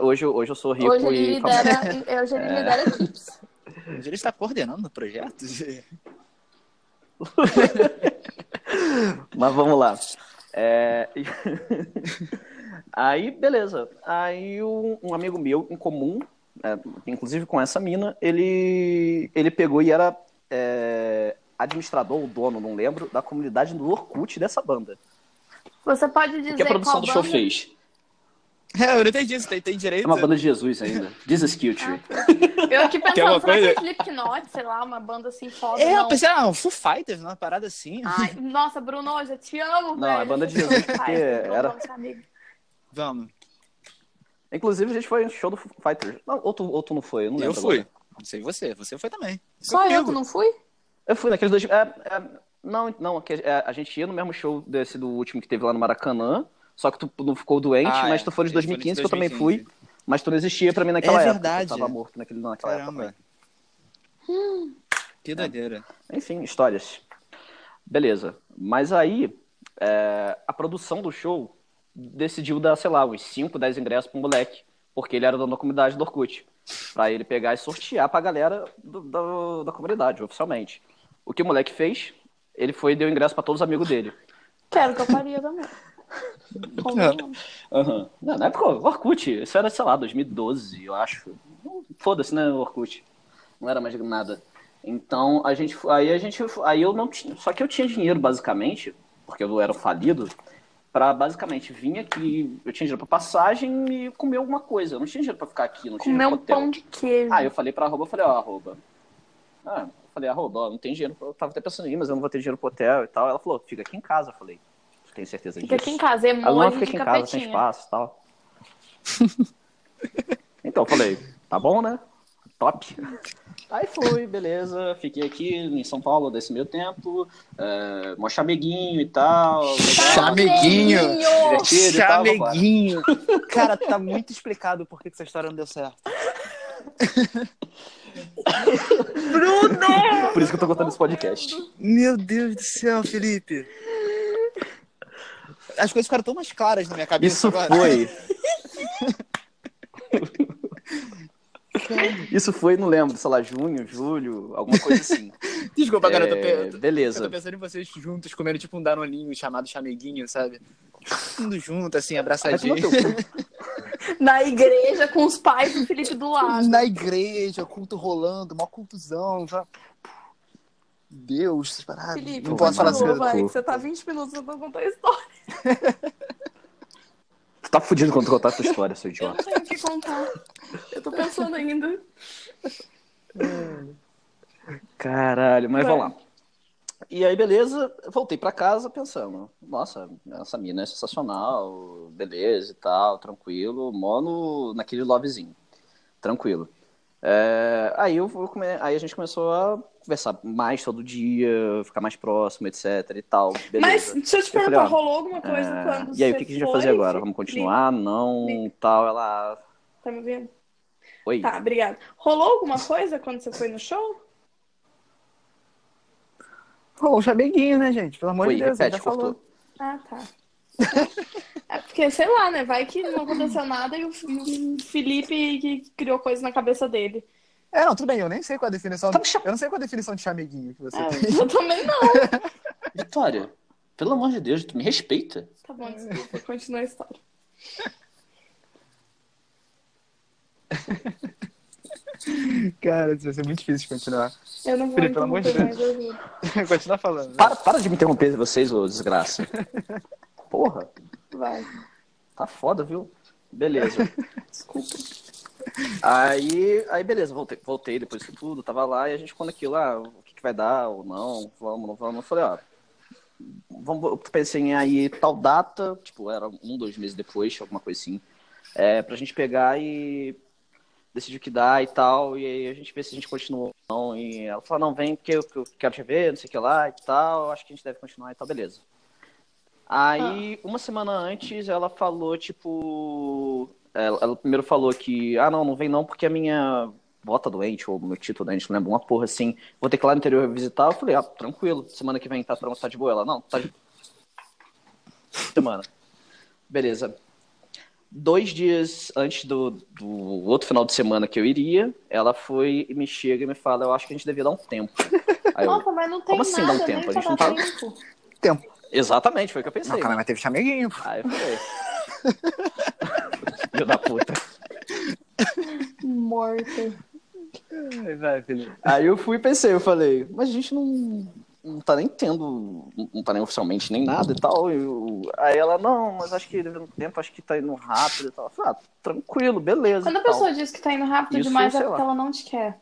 S1: Hoje, eu- hoje eu sou rico
S2: Hoje ele
S1: e famoso. É.
S2: lidera, hoje ele lidera equipes.
S3: Mas Ele está coordenando o projeto? *laughs*
S1: Mas vamos lá. É, e- *laughs* Aí, beleza. Aí um, um amigo meu, em comum, é, inclusive com essa mina, ele, ele pegou e era é, administrador ou dono, não lembro, da comunidade do Orkut dessa banda.
S2: Você pode dizer
S1: O que a é produção
S2: qual
S1: do show
S2: banda?
S1: fez?
S3: É, eu não entendi isso, tem, tem direito.
S1: É uma banda de Jesus ainda. Jesus Culture.
S2: Ah. Eu aqui
S3: Quer
S2: pensando,
S3: uma
S2: será que é
S3: coisa?
S2: Slipknot, sei lá, uma banda assim foda,
S3: É, eu
S2: não.
S3: pensei, ah, um Foo Fighters, uma parada assim.
S2: Ai, *laughs* nossa, Bruno, eu já te amo,
S1: Não,
S2: velho.
S1: é banda de
S2: Você
S1: Jesus,
S2: faz,
S1: porque
S2: Bruno,
S1: era-
S2: vamos ser amigos.
S3: Vamos.
S1: Inclusive, a gente foi no show do Foo Fighters. Não, ou, tu, ou tu não foi, eu não
S3: eu
S1: lembro
S3: fui.
S1: agora.
S3: Não sei você, você foi também. é
S2: Só eu
S3: comigo.
S2: que não fui?
S1: Eu fui naqueles dois. é, é, não, não, que- é, a gente ia no mesmo show desse do último que teve lá no Maracanã. Só que tu não ficou doente,
S3: Ah,
S1: mas
S3: é.
S1: tu foi de
S3: Eu fui nesse
S1: 2015, que eu também
S3: 2015.
S1: fui. Mas tu não existia pra mim naquela
S3: É
S1: época.
S3: verdade.
S1: Eu tava morto naquele, naquela época.
S3: Caramba. Que doideira.
S1: Enfim, histórias. Beleza. Mas aí, é, a produção do show decidiu dar, sei lá, uns 5, 10 ingressos pro moleque, porque ele era dono da comunidade do Orkut, pra ele pegar e sortear pra galera do- do- da comunidade, oficialmente. O que o moleque fez? Ele foi e deu ingresso pra todos os amigos dele.
S2: Quero que eu
S1: *laughs*
S2: faria também. um, Combinamos.
S6: Aham.
S1: Não, na época, o Orkut, isso era, sei lá, 2012, eu acho. Foda-se, né, o Orkut. Não era mais nada. Então, a gente, aí a gente, aí eu não tinha, só que eu tinha dinheiro, basicamente, porque eu era falido, pra basicamente vir aqui, eu tinha dinheiro pra passagem e comer alguma coisa, eu não tinha dinheiro pra ficar aqui, não tinha
S2: Comer
S1: dinheiro
S2: um
S1: pra hotel.
S2: pão de queijo.
S1: Ah, eu falei pra arroba, eu falei, ó, arroba. Ah, eu falei, arroba, ó, não tem dinheiro. Eu tava até pensando em ir, mas eu não vou ter dinheiro pro hotel e tal. Ela falou, fica aqui em casa, eu falei. Tem certeza
S2: Fica
S1: disso?
S2: aqui em casa, é
S1: A Luana
S2: mole
S1: fica aqui
S2: de
S1: em casa, sem
S2: capetinha.
S1: espaço e tal. *laughs* então, eu falei, tá bom, né? Top. Aí fui, beleza. Fiquei aqui em São Paulo desse meio tempo. É, mó chameguinho e tal.
S4: Chameguinho.
S2: Chameguinho!
S1: Divertido e tal, vambora.
S3: Chameguinho.
S4: Cara, tá muito explicado por que que essa história não deu certo.
S1: Por isso que eu tô contando esse podcast.
S3: Meu Deus do céu, Felipe. As coisas ficaram tão mais claras na minha cabeça
S1: Isso
S3: agora.
S1: foi.
S2: *laughs*
S1: Isso foi, não lembro, sei lá, junho, julho, alguma coisa assim.
S3: *laughs* Desculpa, cara, eu tô,
S1: É,
S3: pe- eu tô
S1: beleza.
S3: pensando em vocês juntos comendo tipo um danoninho chamado chameguinho, sabe? Todo mundo junto, assim, abraçadinho.
S1: Vai tomar teu cu.
S2: Na igreja com os pais do Felipe do lado.
S4: Na igreja, culto rolando, mó cultuzão. Já... Deus, essas paradas.
S2: Felipe,
S4: não posso falar
S1: continua,
S4: sobre
S2: sobre
S1: vai.
S2: vai, que você tá 20 minutos tentando contar a história.
S1: Tu tá fudido quando tu contar essa história, seu
S2: Eu
S1: idiota.
S2: não tenho o que contar. Eu tô pensando ainda.
S1: Caralho, mas
S2: Vai.
S1: vamos lá. E aí, beleza, voltei pra casa pensando, nossa, essa mina é sensacional, beleza e tal, tranquilo, mó no- naquele lovezinho, tranquilo. É, aí, eu, vou come- aí a gente começou a conversar mais todo dia, ficar mais próximo, etc e tal, beleza.
S2: Mas deixa eu te
S1: Eu falei,
S2: perguntar,
S1: ó,
S2: rolou alguma coisa
S1: É,
S2: quando
S1: e aí, o
S2: você
S1: que, que a gente vai
S2: foi?
S1: fazer agora? Vamos continuar? Não,
S2: Liga.
S1: tal, ela...
S2: Tá me ouvindo?
S1: Oi?
S2: Tá, obrigada. Rolou alguma coisa quando você foi no show?
S4: Pô, um chameguinho, né, gente? Pelo amor
S1: Oi,
S4: de Deus,
S1: repete,
S4: já falou.
S1: cortou.
S2: Ah, tá. É porque, sei lá, né? Vai que não aconteceu nada e o, e o Felipe que criou coisa na cabeça dele.
S4: É, não, tudo bem, eu nem sei qual é a definição.
S1: Tá me Ah, chamando.
S4: Eu não sei qual é a definição de chameguinho que você tem.
S2: É, eu também não.
S6: Vitória, pelo amor de Deus, tu me respeita.
S2: Tá bom, desculpa, continua a história.
S1: é.
S4: *laughs* Cara, isso vai ser muito difícil de
S1: *laughs*
S4: continuar.
S2: Eu não vou
S4: Felipe, pelo amor de
S2: interromper mais, eu juro.
S4: Continua falando.
S1: Para, para de me interromper vocês, ô desgraça. Porra.
S2: Vai,
S1: Tá foda, viu? Beleza.
S2: desculpa.
S1: aí, aí beleza, voltei, voltei depois disso tudo, tava lá e a gente quando aquilo lá, o que, que vai dar ou não, vamos, não vamos. Eu falei, ó, vamos, eu pensei em aí tal data, tipo, era um, dois meses depois, alguma coisa assim, é, pra gente pegar e decidir o que dá e tal, e aí a gente vê se a gente continua ou não. E ela falou, não, vem porque eu, que eu quero te ver, não sei o que lá e tal, acho que a gente deve continuar e tal, beleza. Aí, uma semana antes, ela falou, tipo. Ela, ela primeiro falou que, ah, não, não vem não porque a minha avó tá doente, ou meu tio tá doente, não lembro, uma porra assim. Vou ter que ir lá no interior visitar. Eu falei, ah, tranquilo, semana que vem tá, tran- tá de boa. Ela, não, tá de semana. Beleza. Dois dias antes do, do outro final de semana que eu iria, ela foi e me chega e me fala, eu acho que a gente devia dar um
S2: *laughs*
S1: tempo. Aí eu,
S2: Nossa, mas não tem
S1: Como assim
S2: nada,
S1: dá um tempo?
S2: nem
S1: A gente
S2: pra
S1: não
S2: dar
S1: tá-
S2: tempo.
S1: Exatamente, foi o que eu pensei.
S4: Não, cara, mas teve chameguinho.
S1: Aí eu
S2: *laughs*
S1: falei. Filho da puta.
S2: Morta.
S4: Vai, Felipe.
S1: Aí eu fui e pensei, eu falei, mas a gente não, não tá nem tendo, não tá nem oficialmente nem nada e tal. E eu- aí ela, não, mas acho que devendo tempo, acho que tá indo rápido e tal. Eu falei, ah, tranquilo, beleza.
S2: Quando a
S1: e tal.
S2: pessoa diz que tá indo rápido
S1: Isso,
S2: demais, é
S1: sei
S2: porque
S1: lá.
S2: ela não te quer.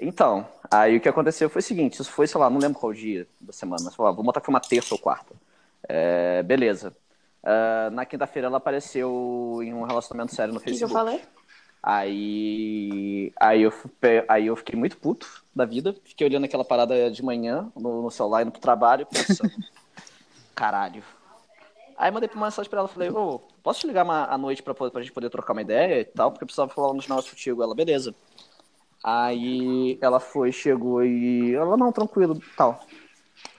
S1: Então, aí o que aconteceu foi o seguinte, isso foi, sei lá, não lembro qual dia da semana, mas sei lá, vou botar que foi uma terça ou quarta. É, beleza. Ah, na quinta-feira ela apareceu em um relacionamento sério no
S2: O que, que
S1: Facebook.
S2: eu falei?
S1: Aí, aí, eu, fu- pe- aí eu fiquei muito puto da vida. Fiquei olhando aquela parada de manhã no, no celular, indo pro trabalho, pensando. *laughs* caralho. Aí mandei uma mensagem pra ela, falei, ô, posso te um ligar uma, à noite pra, po- pra gente poder trocar uma ideia e tal? Porque eu precisava falar uns negócios contigo. Ela, beleza. Aí ela foi, chegou e. Ela, não, tranquilo, tal.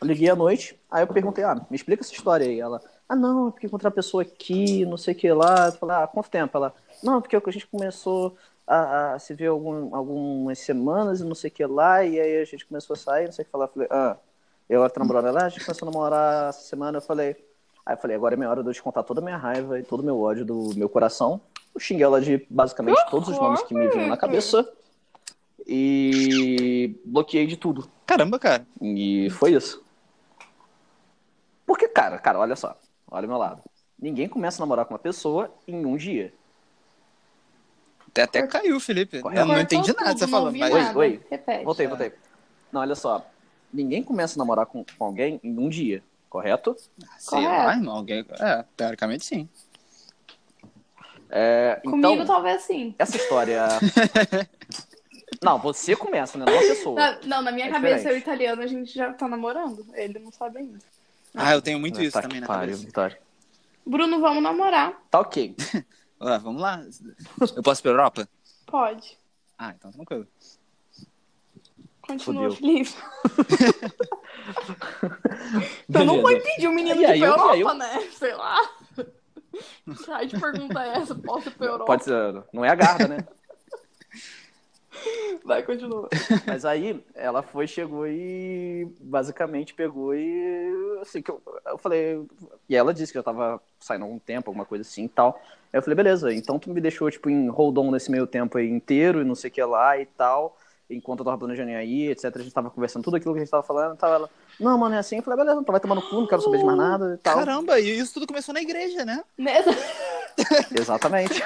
S1: Liguei à noite, aí eu perguntei, ah, me explica essa história aí. Ela, ah, não, porque encontrar a pessoa aqui, não sei o que lá. Eu falei, ah, quanto tempo? Ela, não, porque a gente começou a, a se ver algum, algumas semanas e não sei o que lá, e aí a gente começou a sair, não sei o que falar. Eu falei, ah, eu era namorada lá, a gente começou a namorar essa semana, eu falei. Aí eu falei, agora é minha hora de eu descontar toda a minha raiva e todo o meu ódio do meu coração. Eu xinguei ela de basicamente todos os nomes que me vinham na cabeça. E bloqueei de tudo.
S3: Caramba, cara.
S1: E foi isso. Porque, cara, cara, olha só. Olha o meu lado. Ninguém começa a namorar com uma pessoa em um dia.
S3: Até, até caiu, Felipe.
S1: Correto.
S3: Eu não
S2: Cortou
S3: entendi nada que você
S2: tudo, não
S3: falando.
S2: ouvi
S3: Mas...
S1: Oi,
S2: nada.
S1: oi.
S2: Repete.
S1: Voltei, voltei. Não, olha só. Ninguém começa a namorar com, com alguém em um dia, correto?
S3: Sei
S4: Ah,
S3: lá, irmão. Alguém... É, teoricamente sim.
S1: É,
S2: Comigo, tá-
S1: então,
S2: talvez sim.
S1: essa história. não, você começa, né? Não a pessoa.
S2: Na- não, na minha
S1: É
S2: cabeça,
S1: diferente.
S2: eu e o italiano, a gente já tá namorando. Ele não sabe ainda.
S3: Ah, eu tenho muito isso
S1: Tá
S3: também
S1: que
S3: na
S1: pariu,
S3: cabeça.
S1: Vitória.
S2: Bruno, vamos namorar?
S1: Tá ok.
S3: Ah, vamos lá. Eu posso ir pra Europa?
S2: Pode.
S3: Ah, então tranquilo.
S2: Continua,
S1: Fudeu. *laughs*
S2: Felipe. Então não foi
S1: Beleza.
S2: pedir o menino
S1: E
S2: de ir
S1: aí,
S2: pra
S1: eu-
S2: Europa,
S1: e aí eu-
S2: né? Sei lá. *laughs* Sai de pergunta é essa, posso ir pra Europa?
S1: Pode ser, não é a garda, né?
S2: Vai, continua.
S1: Mas aí ela foi, chegou e basicamente pegou e assim que eu, eu falei, e ela disse que eu tava saindo há algum tempo, alguma coisa assim e tal. Aí eu falei, beleza, então tu me deixou tipo em hold on nesse meio tempo aí inteiro e não sei o que lá e tal. Enquanto eu tava planejando aí, etc, a gente tava conversando tudo aquilo que a gente tava falando, e tal, ela, não, mano, é assim, eu falei, beleza, então vai tomar no cu, não quero saber de mais nada e tal.
S3: Caramba, e isso tudo começou na igreja, né?
S2: Nessa...
S1: Exatamente. *laughs*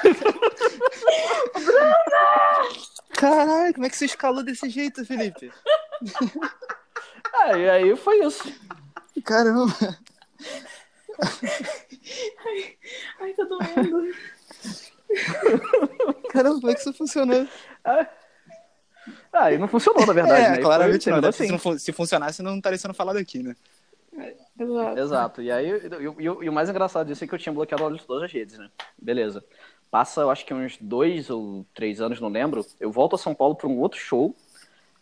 S3: Caralho, como é que você escalou desse jeito, Felipe?
S1: aí, aí foi isso.
S3: Caramba.
S2: *laughs*
S3: *laughs*
S2: Ai, tá doendo.
S3: Caramba, como é que isso funcionou?
S1: Aí não funcionou, na verdade, né? E
S3: é,
S1: foi-
S3: claramente não.
S1: terminou
S3: né?
S1: assim.
S3: Se, não fun- se funcionasse, não estaria sendo falado aqui, né?
S2: Exato.
S1: Exato. E aí, e, e- e o mais engraçado disso é que eu tinha bloqueado ela de todas as redes, né? Beleza. Passa, eu acho que uns dois ou três anos, não lembro. Eu volto a São Paulo para um outro show.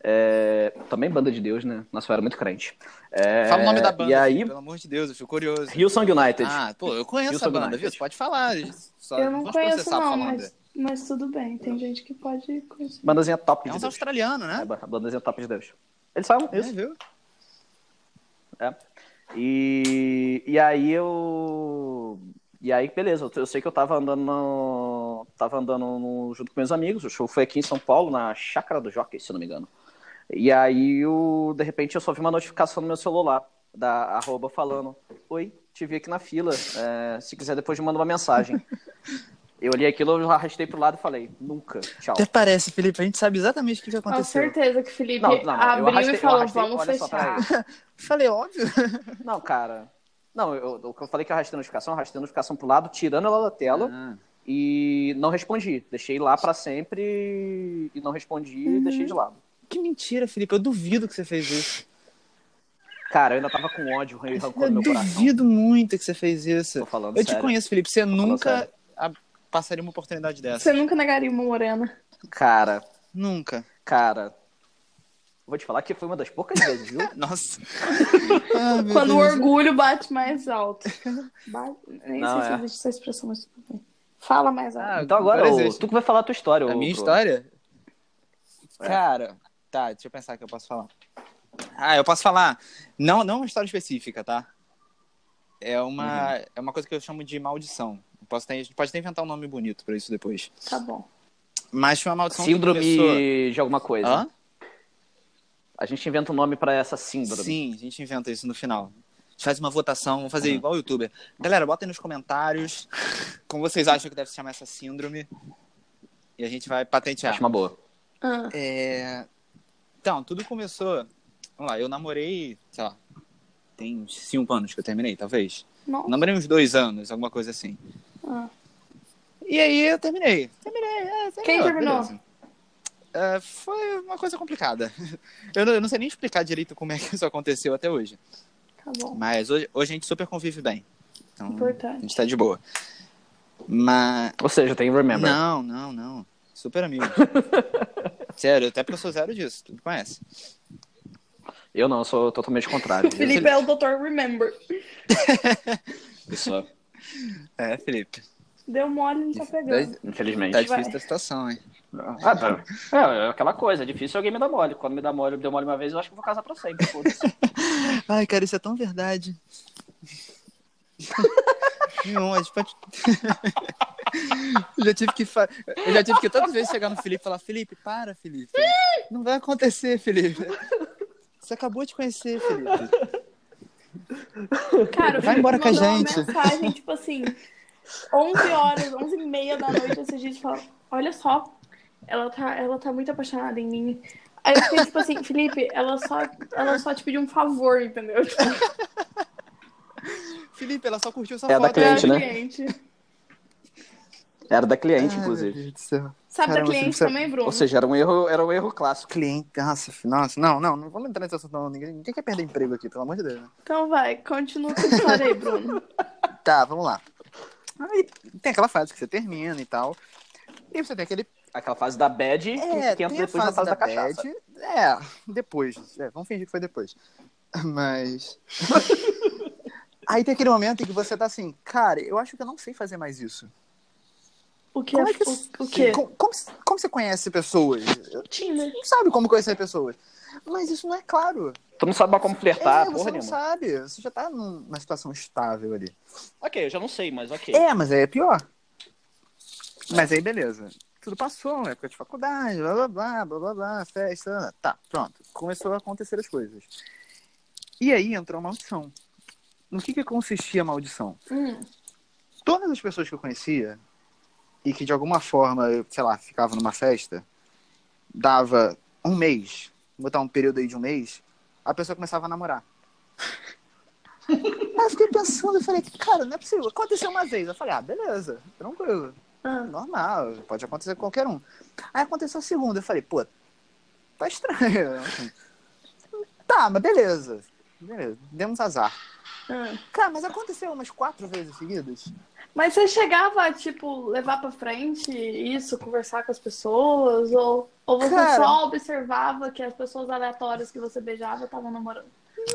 S1: É, Também Banda de Deus, né? Nossa, eu era muito crente. É,
S3: Fala o nome da banda,
S1: E aí,
S3: Felipe, pelo amor de Deus, eu fico curioso.
S1: Hillsong United.
S3: Ah, pô, eu conheço
S1: Houston
S3: a banda,
S1: United.
S3: viu? Você pode falar. Só
S2: Eu não
S3: vamos
S2: conheço
S3: processar É
S2: não,
S3: falando.
S2: mas, mas tudo bem. Tem gente que pode conhecer.
S1: Bandazinha top
S3: É
S1: de
S3: uns
S1: Deus.
S3: australianos,
S1: É,
S3: né?
S1: ba- bandazinha top de Deus. Eles falam
S3: É,
S1: isso.
S3: viu?
S1: É. E, e aí eu. E aí, beleza, eu, eu sei que eu tava andando no, tava andando no- junto com meus amigos, o show foi aqui em São Paulo, na Chácara do Jockey, se eu não me engano. E aí, eu, de repente, eu só vi uma notificação no meu celular, da arroba falando, Oi, te vi aqui na fila, é, se quiser depois me manda uma mensagem. Eu olhei aquilo, eu arrastei pro lado e falei, nunca,
S3: *laughs*
S1: tchau.
S3: Até parece, Felipe, a gente sabe exatamente o que, que
S2: Com
S3: aconteceu.
S2: certeza que o Felipe
S1: Não, não, não, eu
S2: abriu
S1: arrastei-
S2: e
S1: eu
S2: falou,
S1: arrastei,
S2: vamos
S1: olha só,
S2: fechar.
S3: Falei, óbvio.
S1: Não, cara, não, eu, eu, eu falei que eu arrastei a notificação, arrastei a notificação pro lado, tirando ela da tela, e não respondi. Deixei lá pra sempre e não respondi
S3: Uhum.
S1: e deixei de lado.
S3: que mentira, Felipe. Eu duvido que você fez isso.
S1: Cara, eu ainda tava com ódio e rancor
S3: Eu
S1: no meu coração.
S3: duvido muito que você fez isso.
S1: Tô falando
S3: eu te
S1: sério. Tá
S3: conheço, Felipe. Você
S1: falando
S3: nunca
S1: sério.
S3: a- passaria uma oportunidade dessa.
S2: Você nunca negaria uma morena.
S1: Cara,
S3: Nunca.
S1: cara. Vou te falar que foi uma das poucas vezes, viu?
S2: *laughs*
S3: Nossa. Ah, meu
S2: Quando o
S3: Deus.
S2: orgulho bate
S1: *laughs*
S2: mais alto. Ba- Nem
S1: Não,
S2: sei
S1: é.
S2: se existe essa expressão, mas tudo bem. Fala mais alto.
S3: *laughs* Ah,
S1: Então agora,
S3: agora
S1: ô,
S3: existe.
S1: tu que vai falar a tua história.
S3: A
S1: ô, Bruno.
S3: minha história?
S1: É.
S3: Cara, tá, deixa eu pensar que eu posso falar. Ah, eu posso falar. Não, não uma história específica, tá? É uma,
S2: Uhum.
S3: é uma coisa que eu chamo de maldição. Eu Posso ter, a gente pode até inventar um nome bonito pra isso depois.
S1: Ah.
S2: Tá bom.
S3: Mas foi uma maldição que começou...
S1: Síndrome de alguma coisa.
S3: Hã?
S1: A gente inventa um nome pra essa síndrome.
S3: Sim, a gente inventa isso no final. A gente faz uma votação, vamos fazer
S1: Uhum.
S3: igual o youtuber. Galera, bota aí nos comentários como vocês acham que deve se chamar essa síndrome. E a gente vai patentear.
S1: Acho uma boa.
S2: Ah,
S3: É, Então, tudo começou. Vamos lá, eu namorei, sei lá, tem uns cinco anos que eu terminei, talvez.
S2: não.
S3: Namorei uns dois anos, alguma coisa assim.
S2: Ah.
S3: E aí eu terminei. Terminei, é, terminou,
S2: Quem terminou?
S3: beleza. É, foi uma coisa complicada. *laughs* Eu não, eu não sei nem explicar direito como é que isso aconteceu até hoje.
S2: Tá bom.
S3: Mas hoje, hoje a gente super convive bem. Então, a
S2: Importante.
S3: gente tá de boa. Mas.
S1: Ou seja, tem Remember.
S3: *laughs* Não, não, não. Super amigo. Sério, até porque eu sou zero disso, tu me conhece.
S1: Eu não, eu sou totalmente
S3: *laughs*
S1: contrário.
S2: O Felipe é o Dr. Remember.
S6: Pessoal.
S3: É, Felipe.
S2: Deu mole, não tá pegando.
S1: Infelizmente.
S3: Tá
S2: Vai.
S3: difícil a situação, hein?
S1: Ah, tá. É, é aquela coisa, é difícil alguém me dar mole. Quando me dá mole, me deu mole uma vez, eu acho que eu vou casar pra sempre. foda-se.
S3: *laughs* Ai, cara, isso é tão *laughs* verdade. Não, a gente pode... *laughs* Eu já tive que fa... Eu já tive que tantas vezes chegar no Felipe e falar, Felipe, para, Felipe. Não vai acontecer, Felipe. Você acabou de conhecer, Felipe.
S2: Cara, o
S3: Vai
S2: Felipe
S3: embora com a
S2: mandou uma
S3: gente.
S2: mensagem, tipo assim, 11 horas, 11 e meia da noite, esses dias, fala, olha só, ela tá, ela tá muito apaixonada em mim. Aí eu fiquei, tipo assim, Felipe, ela só, ela só te pediu um favor, entendeu? Tipo,
S3: Felipe, ela só curtiu sua
S1: É a da
S3: foto.
S1: cliente, né?
S2: cliente.
S1: Era da cliente,
S3: Ai,
S1: inclusive.
S3: É, meu Deus do céu.
S2: Sabe
S3: Caramba,
S2: da cliente
S3: Felipe,
S2: também, Bruno?
S1: Ou seja, era um erro, era um erro clássico.
S3: Cliente, nossa, nossa, não, não, não vou entrar nesse assunto, não. Ninguém, ninguém quer perder emprego aqui, pelo amor de Deus. né?
S2: Então vai, continua com a história aí, Bruno.
S3: Tá, vamos lá. Aí tem aquela fase que você termina e tal. E você tem aquele
S1: Aquela fase da bad e
S3: É,
S1: que entra
S3: tem a
S1: depois na fase
S3: fase
S1: da,
S3: bad.
S1: cachaça.
S3: É, depois. É, vamos fingir que foi depois.
S1: *laughs*
S3: Mas. Aí tem aquele momento em que você tá assim, cara, eu acho que eu não sei fazer mais isso.
S2: O que
S3: Como
S2: é,
S3: é que-
S2: o, o quê?
S3: Como, como, como você conhece pessoas? Eu
S2: Tinder.
S3: não sabe como conhecer pessoas. Mas isso não é claro.
S1: Tu não sabe mais como flertar,
S3: é,
S1: tá,
S3: você
S1: porra
S3: não
S1: nenhuma.
S3: sabe. Você já tá num- numa situação estável ali.
S1: Ok, eu já não sei, mas ok.
S3: É, mas aí é pior.
S1: É.
S3: Mas aí, beleza. Tudo passou, né? época de faculdade, blá blá blá, blá blá blá, festa. Tá, pronto. Começou a acontecer as coisas. E aí entrou a maldição. No que, que consistia a maldição?
S2: Hum,
S3: Todas as pessoas que eu conhecia e que de alguma forma, eu, sei lá, ficava numa festa, dava um mês, botar um período aí de um mês, a pessoa começava a namorar. aí eu fiquei pensando, eu falei, cara, não é possível. Aconteceu uma vez. Eu falei, ah, beleza, tranquilo
S2: ah,
S3: normal, pode acontecer com qualquer um. Aí aconteceu a segunda, eu falei, pô, tá estranho. tá, mas beleza. Beleza, demos azar.
S2: ah.
S3: Cara, mas aconteceu umas quatro vezes seguidas.
S2: Mas você chegava a, tipo, levar pra frente isso, conversar com as pessoas? Ou, ou você
S3: Cara.
S2: só observava que as pessoas aleatórias que você beijava estavam namorando?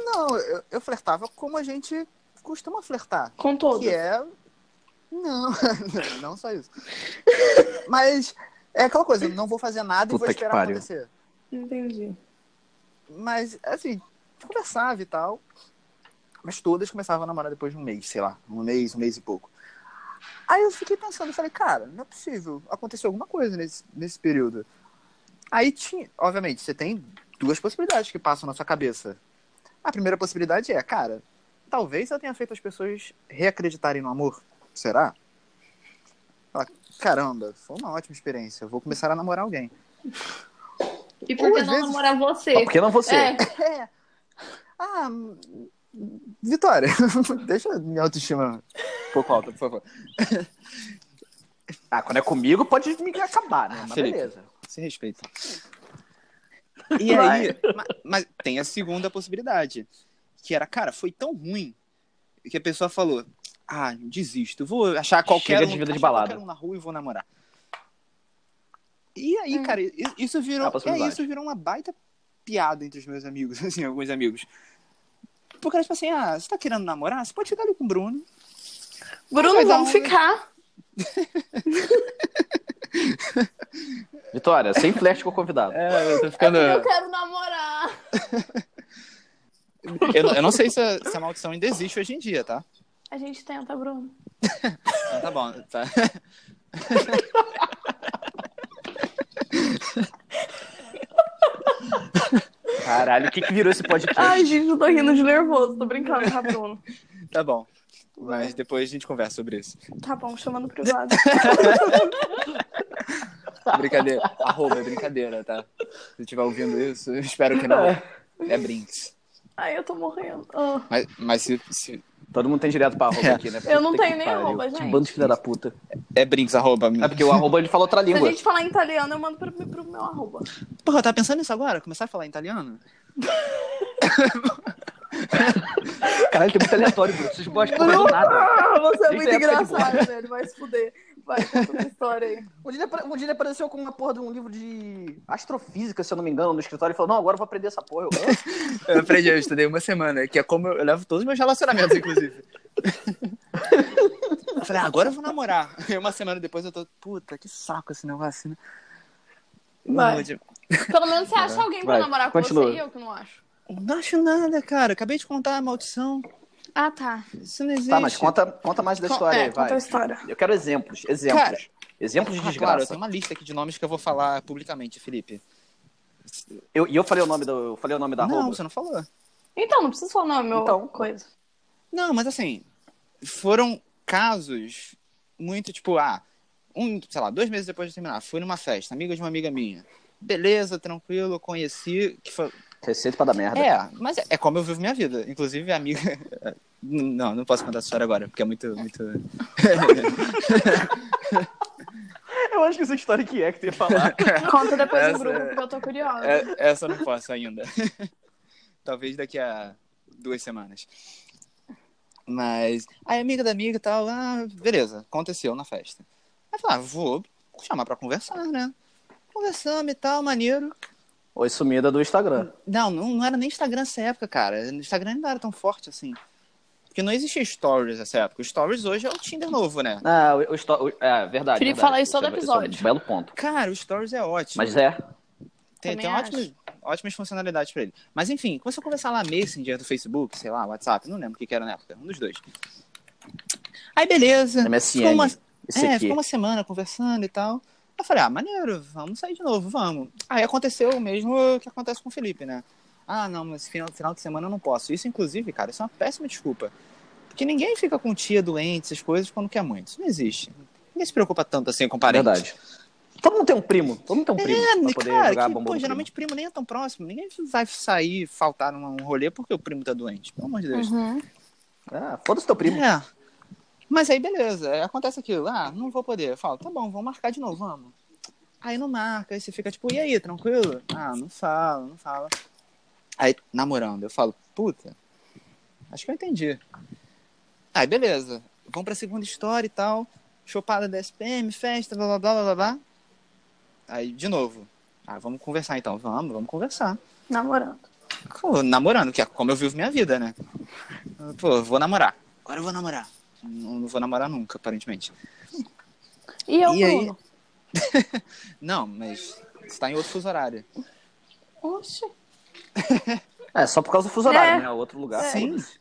S3: Não, eu, eu flertava como a gente costuma flertar.
S2: Com todos.
S3: Que é. Não, *laughs* não só isso. Mas é aquela coisa, não vou fazer nada e
S1: Puta
S3: vou
S1: que
S3: esperar
S1: pariu.
S3: acontecer.
S2: Entendi.
S3: Mas, assim, conversava e tal. Mas todas começavam a namorar depois de um mês, sei lá. Um mês, um mês e pouco. Aí eu fiquei pensando, eu falei, cara, não é possível. Aconteceu alguma coisa nesse, nesse período. Aí tinha, obviamente, você tem duas possibilidades que passam na sua cabeça. A primeira possibilidade é, cara, talvez eu tenha feito as pessoas reacreditarem no amor. Será? Fala, Caramba, foi uma ótima experiência. Eu vou começar a namorar alguém.
S2: E por que
S3: às
S2: não
S3: vezes-
S2: namorar
S1: Mas
S2: você?
S1: por que Ah, não você?
S2: É,
S3: É. Ah, hum, Vitória, *laughs* deixa minha autoestima um pouco alta, por favor.
S1: Ah, quando é comigo, pode me acabar, né? Mas
S3: Felipe.
S1: beleza.
S3: Se respeita. E aí, ma- mas tem a segunda possibilidade, que era, cara, foi tão ruim que a pessoa falou: "Ah, desisto, vou achar qualquer
S1: Chega
S3: um,
S1: de vida de
S3: achar
S1: balada."
S3: qualquer um na rua e vou namorar". E aí,
S2: Hum.
S3: cara, i- isso virou,
S1: É a possibilidade.
S3: é, isso virou uma baita piada entre os meus amigos, *laughs* assim, alguns amigos. Porque eles tipo assim, ah, você tá querendo namorar? Você pode chegar ali com o Bruno.
S2: Bruno,
S3: Vai dar
S2: vamos
S3: um-
S2: ficar.
S1: Vitória, sem flerte com o convidado.
S3: *laughs* É, eu tô ficando.
S2: Eu quero namorar.
S3: Eu, não- eu não sei se a- se a maldição ainda existe hoje em dia, tá?
S2: A gente tenta, Bruno.
S3: Então tá bom, tá. *laughs*
S1: Caralho, o que, que virou esse podcast?
S2: Ai, gente, eu tô rindo de nervoso. Tô brincando,
S3: *laughs*
S2: tá, Bruno?
S3: Tá bom. Mas depois a gente conversa sobre isso.
S2: Tá bom, chamando no privado.
S3: *laughs* Brincadeira. Arroba, é brincadeira, tá? Se estiver ouvindo isso, eu espero que não. É brinks.
S2: Ai, eu tô morrendo. Ah.
S3: Mas, mas se, se-
S1: Todo mundo tem direto pra arroba
S3: É.
S1: aqui, né?
S2: Eu não
S1: Puta que
S2: tenho nem
S1: pariu.
S2: arroba, gente.
S1: Que bando de filha da puta.
S3: É brinks, arroba.
S1: É porque o arroba ele fala outra
S2: Se a
S1: língua.
S2: gente falar em italiano, eu mando pro, pro meu
S3: *laughs*
S2: arroba.
S3: Porra, eu tava pensando nisso agora? Começar a falar em italiano?
S1: Caralho, tem muito aleatório, Bruno. Vocês não gostam de porra de nada.
S2: Ah, você é
S1: Isso
S2: muito
S1: é época de
S2: engraçado, velho. Vai se fuder. Vai, conta outra história aí.
S1: Um dia, ele apare- um dia ele apareceu com uma porra de um livro de astrofísica, se eu não me engano, no escritório e falou: Não, agora eu vou aprender essa porra. Eu, "Ah, "Hã?"
S3: Eu aprendi, eu estudei uma semana, que é como eu levo todos os meus relacionamentos, inclusive. Eu Falei, ah, agora eu vou namorar. E uma semana depois eu tô, puta, que saco esse negócio, né?
S2: Vai.
S3: Não, de-
S2: Pelo menos você acha alguém pra
S1: Vai,
S2: namorar com
S1: continua.
S2: você e eu que não acho.
S3: não acho nada, cara. Acabei de contar a maldição.
S2: Ah, tá.
S3: Isso não existe.
S1: tá, mas conta, conta mais da
S3: Con-
S1: história
S2: é,
S1: aí, vai.
S2: conta a história.
S1: Eu quero exemplos, exemplos.
S3: Cara-
S1: exemplos de
S3: Ah, claro, eu
S1: desgraça.
S3: tenho uma lista aqui de nomes que eu vou falar publicamente, Felipe.
S1: Eu- E eu, falei o nome do. Eu falei o nome da
S3: não,
S1: arroba.
S3: você não falou.
S2: Então, não precisa falar o meu
S1: Então.
S2: coisa.
S3: Não, mas assim, foram casos muito tipo, ah, um, sei lá, dois meses depois de terminar, fui numa festa, amiga de uma amiga minha. Beleza, tranquilo, conheci. Que foi...
S1: Receita pra dar merda.
S3: É, mas é, é como eu vivo minha vida. Inclusive, a amiga. *laughs* Não, não posso contar essa história agora, porque é muito. *laughs* muito...
S1: Eu acho que essa história que é que tem que falar.
S2: Conta depois
S3: Essa-
S2: do grupo, porque eu tô curiosa.
S3: É- essa eu não posso ainda. *laughs* Talvez daqui a duas semanas. Mas. Aí, amiga da amiga e tal, ah, beleza, aconteceu na festa. Aí eu falei, ah, vou chamar pra conversar, né? Conversamos e tal, maneiro.
S1: *laughs* Oi, sumida do Instagram.
S3: Não, não, não era nem Instagram nessa época, cara. O Instagram ainda era tão forte assim. Porque não existia Stories nessa época. O Stories hoje é o Tinder novo, né?
S1: Ah, o, o, histó- o- é verdade.
S2: Felipe,
S1: verdade.
S2: fala isso todo
S1: é- é
S2: episódio.
S1: um belo ponto.
S3: Cara, o Stories é ótimo.
S1: Mas é.
S3: Tem,
S2: Também
S3: tem
S2: acho.
S3: ótimas, ótimas funcionalidades pra ele. Mas enfim, começou a conversar lá Messenger do Facebook, sei lá, WhatsApp, não lembro o que, que era na época, um dos dois. Aí beleza.
S1: MSN.
S3: Ficou uma,
S1: Esse
S3: é,
S1: aqui.
S3: ficou uma semana conversando e tal. Eu falei, ah, maneiro, vamos sair de novo, vamos. Aí aconteceu o mesmo que acontece com o Felipe, né? Ah, não, mas final, final de semana eu não posso. Isso, inclusive, cara, isso é uma péssima desculpa. Porque ninguém fica com tia doente, essas coisas, quando quer muito. Isso não existe. Ninguém se preocupa tanto assim com parente.
S1: Verdade. Todo mundo tem um primo. Todo mundo tem um primo. pra poder
S3: É, né, cara,
S1: jogar
S3: que,
S1: bombom
S3: pô,
S1: no primo.
S3: geralmente primo nem é tão próximo. Ninguém vai sair, faltar num num rolê porque o primo tá doente. Pelo amor de Deus.
S2: Uhum.
S1: Ah, foda-se teu primo.
S3: É. Mas aí, beleza. aí Acontece aquilo. Ah, não vou poder. Eu falo, tá bom, vamos marcar de novo, vamos. Aí não marca, aí você fica tipo, e aí, tranquilo? Ah, não fala, não fala. Aí, namorando, eu falo, puta, acho que eu entendi. Aí, beleza. Vamos pra segunda história e tal. Chopada da SPM, festa, blá, blá, blá, blá, blá, blá. Aí, de novo. Ah, vamos conversar então. Vamos, vamos conversar.
S2: Namorando.
S3: Pô, namorando, que é como eu vivo minha vida, né? Pô, vou namorar. Agora eu vou namorar. Não, não vou namorar nunca, aparentemente.
S2: E eu,
S3: E aí?
S2: Bruno?
S3: Não, mas você tá em outro fuso horário.
S2: Oxi.
S1: É, só por causa do fuso horário,
S2: É.
S1: né? Outro lugar.
S3: Sim.
S1: foda-se.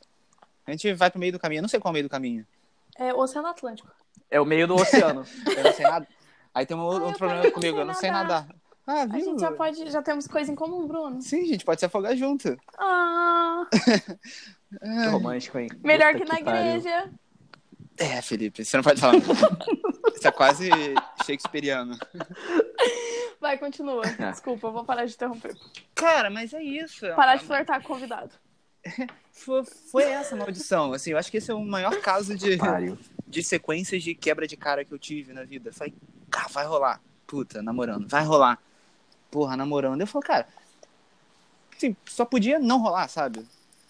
S3: A gente vai pro meio do caminho. Eu não sei qual é o meio do caminho.
S2: É Oceano Atlântico.
S1: É o meio do
S3: *laughs*
S1: oceano.
S3: Eu não sei nada. Aí tem um, outro
S2: Ah, eu
S3: problema
S2: também não
S3: comigo.
S2: sei
S3: Eu não sei
S2: nadar.
S3: nadar. Ah,
S2: A
S3: viu?
S2: gente já pode. Já temos coisa em comum, Bruno.
S3: Sim, a gente pode se afogar junto.
S2: Ah,
S1: que romântico, hein?
S2: melhor
S1: Puta
S2: que na
S1: pariu.
S2: igreja.
S3: É, Felipe, você não pode falar. Isso é quase shakespeariano.
S1: *laughs*
S2: Vai, continua.
S1: É.
S2: Desculpa, eu vou parar de interromper.
S3: Cara, mas é isso. É uma-
S2: Parar de flertar com o convidado.
S3: Foi, foi essa a maldição. Assim, eu acho que esse é o maior caso de.
S2: *laughs*
S1: Pariu.
S3: de sequências de quebra de cara que eu tive na vida. Eu Falei, cara, vai rolar. Puta, namorando, vai rolar. Porra, namorando. Eu falei, cara, assim, só podia não rolar, sabe?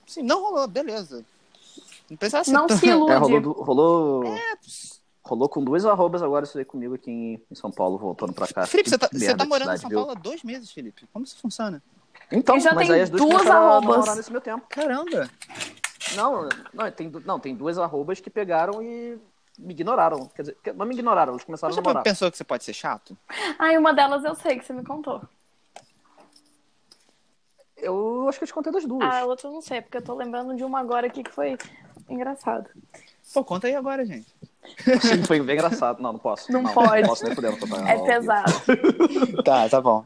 S3: Sim, não rolou, beleza. Não precisava ser
S2: Não
S3: tão-
S2: se
S1: É, rolou,
S2: ilude.
S1: do- rolou,
S3: É,
S1: rolou com duas arrobas agora isso aí comigo aqui em, em São Paulo, voltando pra cá.
S3: Felipe, você tá,
S1: Ah, Que
S3: você
S1: merda
S3: tá
S1: de
S3: morando em
S1: cidade,
S3: São
S1: viu?
S3: Paulo há dois meses, Felipe. Como isso funciona?
S1: Então,
S2: E já
S1: mas
S2: tem
S1: aí as duas,
S2: duas
S1: começaram a
S2: arrobas.
S1: namorar nesse meu tempo.
S3: Caramba!
S1: Não, não tem, du- não, tem duas arrobas que pegaram e me ignoraram. Quer dizer, que- não me ignoraram, eles começaram
S3: Você
S1: a namorar.
S3: pensou que você pode ser chato?
S2: Ai, uma delas eu sei que você me contou.
S1: Eu acho que eu te contei das duas. *laughs*
S2: Ah, a outra eu não sei, porque eu tô lembrando de uma agora aqui que foi engraçada.
S3: Pô, conta aí agora, gente.
S1: Sim, foi bem engraçado. Não, não posso.
S2: Não pode.
S1: Não posso nem fudendo. tô falando
S2: É
S1: ao
S2: pesado.
S3: Tá, tá *laughs* bom.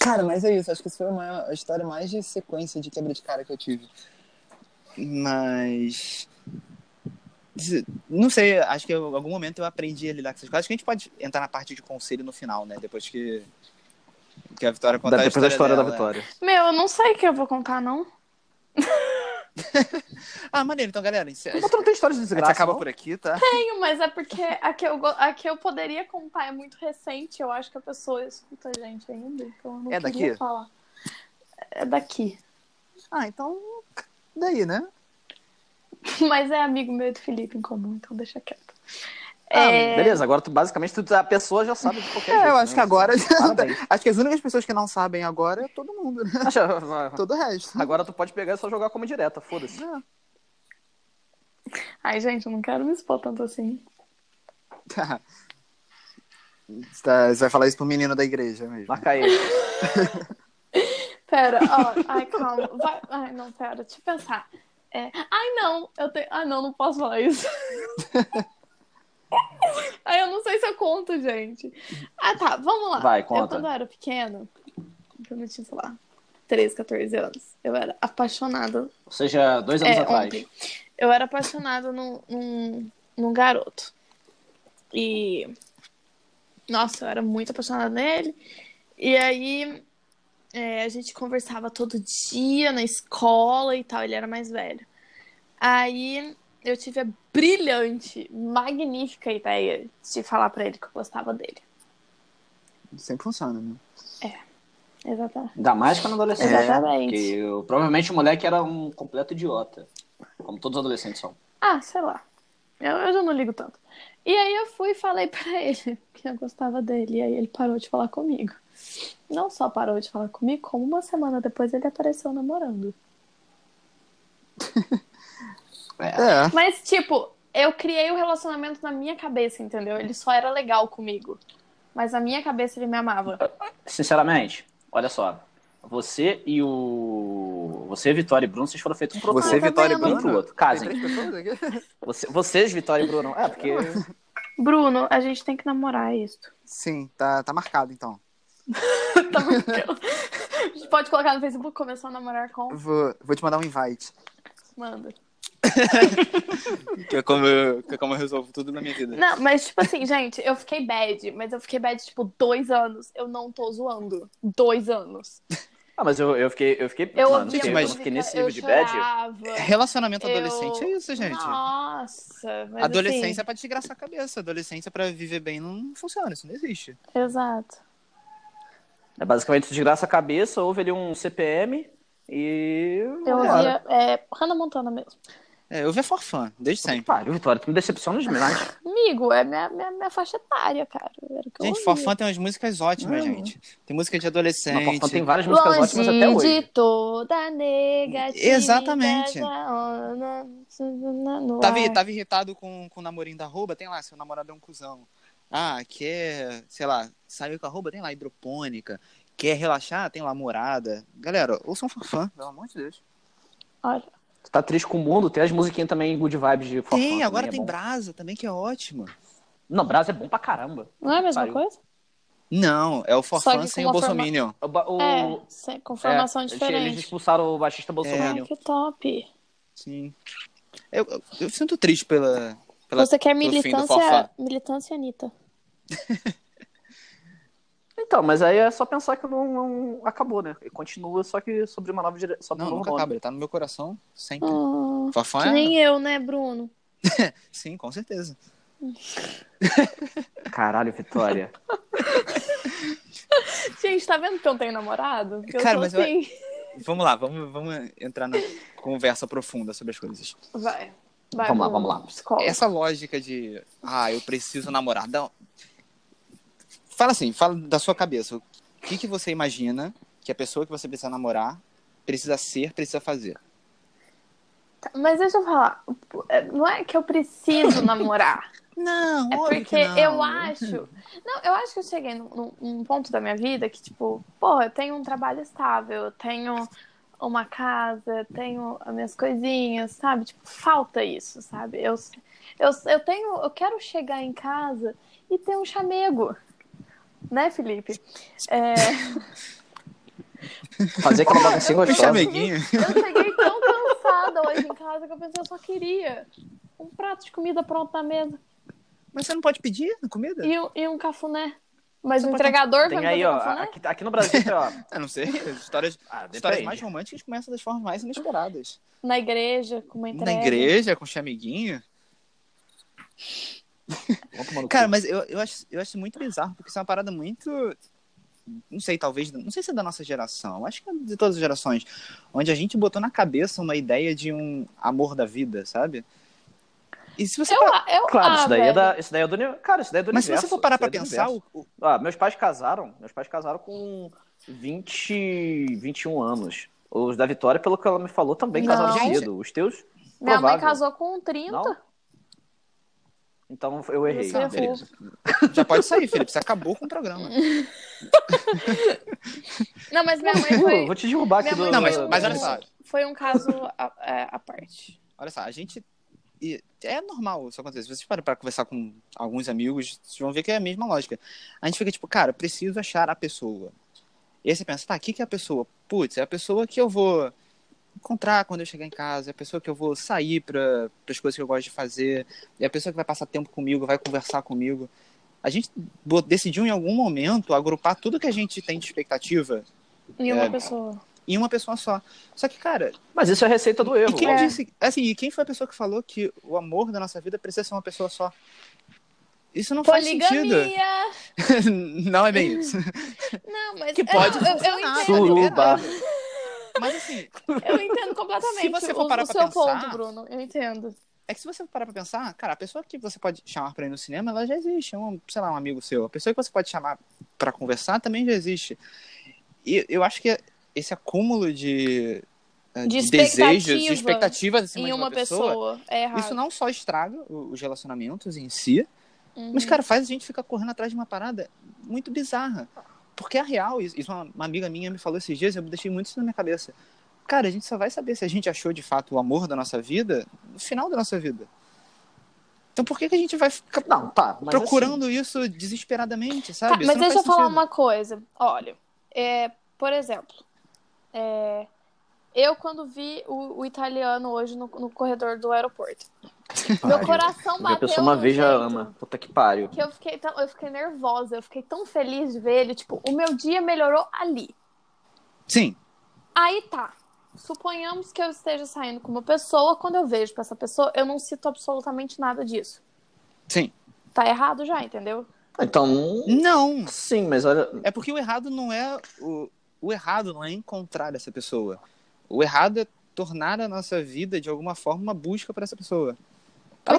S4: Cara, mas é isso. Acho que isso foi uma- a história mais de sequência de quebra de cara que eu tive.
S3: Mas. Não sei, acho que em algum momento eu aprendi a lidar com essas coisas. Acho que a gente pode entrar na parte de conselho no final, né? Depois que, que a Vitória
S1: vivo. Da-
S3: contar
S1: Depois da
S3: a história
S1: história da
S3: dela. né?
S1: Vitória.
S2: *laughs* Meu, eu não sei o que eu vou contar, não.
S3: Ah, maneiro. Então, galera, a gente, a gente
S1: Mas tu não tem história de desgraça.
S3: acaba
S1: não?
S3: por aqui, tá?
S2: Tenho, mas é porque a que, eu, go- a que eu poderia contar é muito recente. Eu acho que a pessoa escuta a gente ainda, então eu não
S3: É daqui?
S2: queria falar. É daqui. *laughs*
S3: Ah, então. Daí, né?
S2: Mas é amigo meu e do Felipe em comum, então deixa quieto.
S1: Ah,
S2: É,
S1: Beleza, agora tu, basicamente tu, a pessoa já sabe de qualquer
S4: É,
S1: jeito,
S4: eu
S1: né?
S4: acho que agora.
S1: *laughs*
S3: *laughs*
S4: *laughs*
S1: Parabéns.
S4: acho que as únicas pessoas que não sabem agora é todo mundo, né?
S1: *laughs*
S4: Todo o resto.
S1: Agora tu pode pegar e só jogar como direta, foda-se.
S2: Ai, gente, eu não quero me expor tanto assim.
S4: Tá. Você tá- você vai falar isso pro menino da igreja mesmo.
S1: Marca ele.
S2: Pera, ó. Ai, calma. Vai... Ai, não, pera, deixa eu pensar. É... Ai, não, eu tenho. Ai, não, não posso falar
S6: *laughs*
S2: isso. Ai, eu não sei se eu conto, gente. Ah, tá, vamos lá.
S6: Vai,
S2: Eu,
S6: conta.
S2: quando eu era pequena, que eu não tinha, sei lá, 13, 14 anos, eu era apaixonada
S6: Ou seja, dois anos
S2: É,
S6: atrás.
S2: ontem. eu era apaixonada num, num, num garoto. E. Nossa, eu era muito apaixonada nele. E aí. é, a gente conversava todo dia na escola e tal. Ele era mais velho. Aí eu tive a brilhante, magnífica ideia de falar pra ele que eu gostava dele.
S4: Sempre funciona, né?
S2: Exatamente.
S6: Ainda mais quando adolescente.
S2: Exatamente.
S6: Porque eu- provavelmente o moleque era um completo idiota. Como todos os adolescentes são.
S2: Ah, sei lá. Eu, eu já não ligo tanto. E aí eu fui e falei *laughs* pra ele que eu gostava dele. E aí ele parou de falar comigo. Não só parou de falar comigo, como uma semana depois ele apareceu namorando.
S4: É.
S2: Mas, tipo, eu criei o relacionamento na minha cabeça, entendeu? Ele só era legal comigo. Mas na minha cabeça ele me amava.
S6: Sinceramente, olha só. Você e o. Você, Vitória e Bruno, vocês foram feitos um pro
S4: Você,
S2: tá
S4: Vitória e
S2: vendo?
S6: um pro
S4: Bruno.
S6: outro.
S4: Tem
S3: É.
S6: Casem.
S4: três pessoas aqui?
S1: Você- vocês, Vitória e Bruno. É, porque.
S2: Bruno, a gente tem que namorar é isso.
S4: Sim, tá, tá marcado então.
S2: Tá bom. A gente pode colocar no Facebook, começou a namorar com.
S4: Vou, vou te mandar um invite.
S2: Manda.
S3: Que é como eu, que é como eu resolvo tudo na minha vida.
S2: Não, mas tipo assim, gente, eu fiquei bad, mas eu fiquei bad, tipo, dois anos. Eu não tô zoando. Dois anos.
S1: Ah, mas eu, eu fiquei. Eu fiquei,
S2: Eu
S1: mano,
S2: ouvia
S1: fiquei-
S3: mas-
S1: eu fiquei nesse
S2: eu
S1: nível de bad.
S2: chorava.
S3: Relacionamento
S2: Eu-
S3: adolescente é isso, gente.
S2: Nossa, mas
S3: Adolescência
S4: assim-
S3: é pra desgraçar a cabeça. Adolescência pra viver bem não funciona, isso não existe.
S2: assim, exato.
S1: É basicamente de graça a cabeça, houve ali um CPM e.
S2: Eu
S1: Vambora.
S2: ouvia é, Hannah Montana mesmo.
S3: É, eu vi a forfã, desde sempre.
S1: Pariu, Vitória, tu me decepciona demais.
S2: Amigo, é minha, minha, minha faixa etária, cara. Era o que eu
S3: Gente,
S2: ouvia.
S4: assim?
S3: forfã tem umas músicas
S4: Hum.
S3: ótimas,
S1: Não.
S3: gente. Tem música de
S1: Mas
S3: adolescente.
S1: Forfã tem várias músicas
S2: Longe
S1: ótimas até hoje.
S2: de toda negativa.
S3: Exatamente. Tava,
S2: Tá,
S3: tava irritado com, com o namorinho da arroba, tem lá, seu namorado é um cuzão. Ah, quer, sei lá, saiu com a arroba, tem lá hidropônica. Quer relaxar, tem lá morada. Galera, ouçam forfã, pelo amor de Deus.
S2: Olha,
S1: Tu tá triste com o mundo, tem as musiquinhas também, good vibes de Forfã.
S3: Tem,
S1: também,
S3: agora
S1: é
S3: tem
S1: bom.
S3: brasa também, que é ótimo.
S1: Não, Brasa é bom pra caramba.
S2: não é a mesma
S1: Pariu.
S2: coisa?
S3: Não, é o
S2: Só
S3: forfã
S2: que
S3: sem
S2: com
S3: o
S2: uma forma-
S3: Bolsominion.
S1: O, ba- o-
S2: É, sem- com formação
S1: é, eles-
S2: diferente.
S1: Eles expulsaram o baixista
S2: Ai,
S1: Bolsonaro.
S2: que top.
S3: Sim. Eu, eu, eu sinto triste pela. pela...
S2: Você quer
S3: pelo fim do
S2: militância,
S3: Fafá.
S2: militância Anitta.
S1: Então, mas aí é só pensar que não, não acabou, né? E continua, só que sobre uma nova direção. Só
S3: Não,
S1: um
S3: nunca
S1: novo
S3: acaba,
S1: nome.
S3: ele tá no meu coração sempre.
S2: Ah,
S3: Forfã
S2: que
S3: é-
S2: nem eu, né, Bruno?
S3: Sim, com certeza.
S1: Caralho, Vitória.
S2: Gente, tá vendo que eu não tenho namorado? Eu
S3: Cara,
S2: sou
S3: mas eu-
S2: assim.
S3: Vamos lá, vamos, vamos entrar na conversa profunda sobre as coisas.
S2: Vai. Vai,
S1: Vamos lá,
S2: Bruno,
S1: vamos lá.
S2: Psicólogo.
S3: essa lógica de ah, eu preciso namorar. Não. Fala assim, fala da sua cabeça. O que, que você imagina que a pessoa que você precisa namorar precisa ser, precisa fazer?
S2: Tá, Mas deixa eu falar. É, Não é que eu preciso
S3: *coughs*
S2: namorar.
S3: Não,
S2: É porque eu acho. Não, eu acho que eu cheguei num- num, num ponto da minha vida que, tipo, pô, eu tenho um trabalho estável, eu tenho uma casa, eu tenho as minhas coisinhas, sabe? Tipo, falta isso, sabe? Eu, eu, eu tenho. Eu quero chegar em casa e ter um chamego. Né, Felipe? É,
S1: Fazer aquela
S3: *laughs*
S1: baguncinha
S3: Um
S1: gostosa.
S3: chameguinho.
S2: eu cheguei tão cansada hoje em casa que eu pensei, eu só queria um prato de comida pronto na mesa
S3: Mas você não pode pedir comida?
S2: e, um- e um cafuné. Mas
S3: Você
S2: o
S3: pode-
S2: entregador vai
S1: Tem
S2: me
S1: aí,
S2: fazer
S1: ó.
S2: cafuné?
S1: Aqui, aqui no Brasil, tem, ó.
S3: Eu não sei. As histórias,
S1: Ah,
S3: histórias
S1: depende.
S3: mais românticas começam das formas mais inesperadas.
S2: Na igreja, com uma entrega.
S3: Na igreja, com chameguinho.
S1: Vamos tomar no cu.
S3: Cara, mas eu, eu, acho, eu acho muito bizarro, porque isso é uma parada muito. Não sei, talvez. Não sei se é da nossa geração. Acho que é de todas as gerações. Onde a gente botou na cabeça uma ideia de um amor da vida, sabe? E se você.
S2: Eu,
S3: pa-
S2: eu,
S1: Claro,
S2: ah,
S1: isso daí é
S2: velho.
S1: da. Isso daí é do uni- Cara, isso daí é do
S3: Mas se
S1: universo,
S3: você for parar
S1: isso
S3: pra
S1: daí é do
S3: pensar,
S1: universo.
S3: o- o-
S1: Ah, meus pais casaram. Meus pais casaram com 20. 21 anos. Os da Vitória, pelo que ela me falou, também
S2: Não.
S1: casaram
S3: Gente.
S1: cedo. Os teus?
S2: Minha mãe
S1: Provável.
S2: casou com 30.
S1: Não? Então eu errei.
S2: Você errou.
S1: beleza. *laughs*
S3: já pode sair, Felipe. Você acabou com o programa.
S2: Não, mas
S1: *laughs*
S2: minha mãe
S1: Pô,
S2: foi.
S1: vou te derrubar aqui
S2: Minha
S1: do.
S2: mãe
S3: Não, é mas,
S1: do-
S3: mas olha só.
S2: Foi um caso a- é, à parte.
S3: Olha só, a gente. e É normal isso acontecer. Se vocês pararem pra conversar com alguns amigos, vocês vão ver que é a mesma lógica. A gente fica tipo, cara, preciso achar a pessoa. E aí você pensa, tá, o que, que é a pessoa? Putz, é a pessoa que eu vou encontrar quando eu chegar em casa, é a pessoa que eu vou sair pra, pras coisas que eu gosto de fazer, é a pessoa que vai passar tempo comigo, vai conversar comigo. A gente bo- decidiu em algum momento agrupar tudo que a gente tem de expectativa
S2: E uma
S3: É.
S2: pessoa.
S3: em uma pessoa só. Só que, cara,
S1: Mas isso é receita do erro.
S3: e quem
S2: É.
S3: disse, assim, e quem foi a pessoa que falou que o amor da nossa vida precisa ser uma pessoa só? Isso não faz
S2: Poligamia!
S3: sentido. *laughs* não é bem isso.
S2: Não, mas
S3: Que
S2: eu-
S3: pode
S2: eu, eu, entendo.
S1: Suruba.
S3: Mas assim,
S2: Eu entendo completamente
S3: Se você for
S2: o,
S3: parar
S2: o
S3: pra
S2: seu
S3: pensar-
S2: ponto, Bruno. Eu entendo.
S3: é que se você parar pra pensar, cara, a pessoa que você pode chamar pra ir no cinema, ela já existe. É Um, sei lá, um amigo seu. A pessoa que você pode chamar pra conversar também já existe. E eu acho que esse acúmulo de, eh,
S2: De
S3: desejos, de
S2: expectativa
S3: expectativas em cima
S2: em
S3: de
S2: uma
S3: uma pessoa,
S2: pessoa. É errado.
S3: isso não só estraga o- os relacionamentos em si,
S2: Uhum.
S3: Mas, cara, faz a gente ficar correndo atrás de uma parada muito bizarra. Porque a real, isso isso uma, uma amiga minha me falou esses dias, eu deixei muito isso na minha cabeça. Cara, a gente só vai saber se a gente achou de fato o amor da nossa vida no final da nossa vida. Então por que, que a gente vai ficar
S1: Não, tá. Mas
S3: procurando isso desesperadamente,
S2: assim, Tá,
S3: sabe? Isso
S2: mas
S3: não
S2: deixa eu
S3: faz
S2: falar
S3: sentido.
S2: uma coisa. Olha, é, por exemplo, é, eu quando vi o, o italiano hoje no, no corredor do aeroporto,
S1: assim,
S2: meu
S1: pariu.
S2: coração
S1: Já
S2: bateu
S1: pensou uma
S2: num
S1: vez já
S2: jeito
S1: ama. Puta que pariu.
S2: Que eu fiquei, tão, eu fiquei nervosa, eu fiquei tão feliz de ver ele. Tipo, o meu dia melhorou ali.
S3: Sim,
S2: Aí tá. Suponhamos que eu esteja saindo com uma pessoa, quando eu vejo pra essa pessoa, eu não cito absolutamente nada disso.
S3: sim.
S2: Tá errado já, entendeu?
S1: Então,
S3: Não.
S1: sim, mas olha.
S3: É porque o errado não é. O, o errado não é encontrar essa pessoa. O errado é tornar a nossa vida, de alguma forma, uma busca para essa pessoa. Ela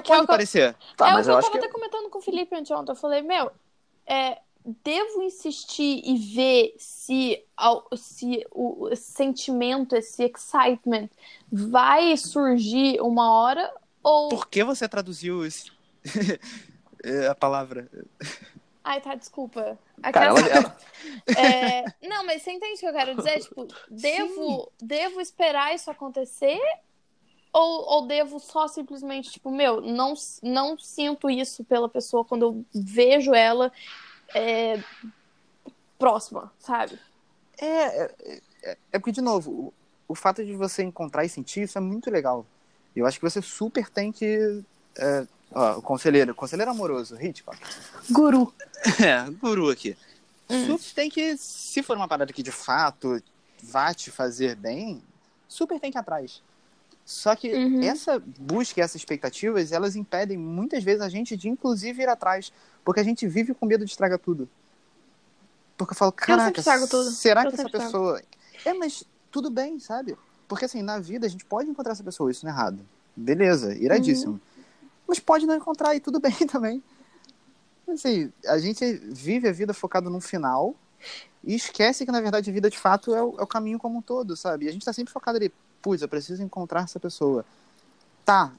S2: Porque é o
S3: pode
S2: que eu-
S3: aparecer.
S1: Tá,
S2: é
S1: mas
S2: o que
S1: eu
S2: eu
S1: acho
S2: tava
S1: que.
S2: até comentando com o Felipe anteontem. Eu falei, meu, é, devo insistir e ver se, ao- se o, o sentimento, esse excitement vai surgir uma hora ou.
S3: Por que você traduziu esse- *laughs* é, a palavra?
S2: Ai, tá, desculpa.
S1: Cara,
S2: Aquela...
S1: ela,
S3: *laughs*
S1: ela-
S2: *laughs* É, Não, mas você entende o que eu quero dizer? Tipo, devo, devo esperar isso acontecer? Ou, ou devo só simplesmente, tipo, meu, não, não sinto isso pela pessoa quando eu vejo ela é, próxima, sabe?
S3: É, é, é- é porque, de novo, o, o fato de você encontrar e sentir isso é muito legal. Eu acho que você super tem que. é, ó, o conselheiro, o conselheiro amoroso, Hitchcock.
S2: Guru.
S3: É, guru aqui. Super tem que, se for uma parada que de fato vá te fazer bem, super tem que ir atrás. Só que
S2: Uhum.
S3: essa busca e essas expectativas, elas impedem muitas vezes a gente de inclusive ir atrás, porque a gente vive com medo de estragar tudo. Porque eu falo, caraca,
S2: estrago tudo.
S3: será
S2: Eu
S3: que essa
S2: sempre estrago.
S3: pessoa... É, mas tudo bem, sabe? Porque assim, na vida a gente pode encontrar essa pessoa, isso não é errado. Beleza, iradíssimo.
S2: Uhum.
S3: Mas pode não encontrar e tudo *laughs* bem também. Assim, a gente vive a vida focado num final e esquece que, na verdade, a vida de fato é o, é o caminho como um todo, sabe? E a gente tá sempre focado ali, putz, eu preciso encontrar essa pessoa. Tá,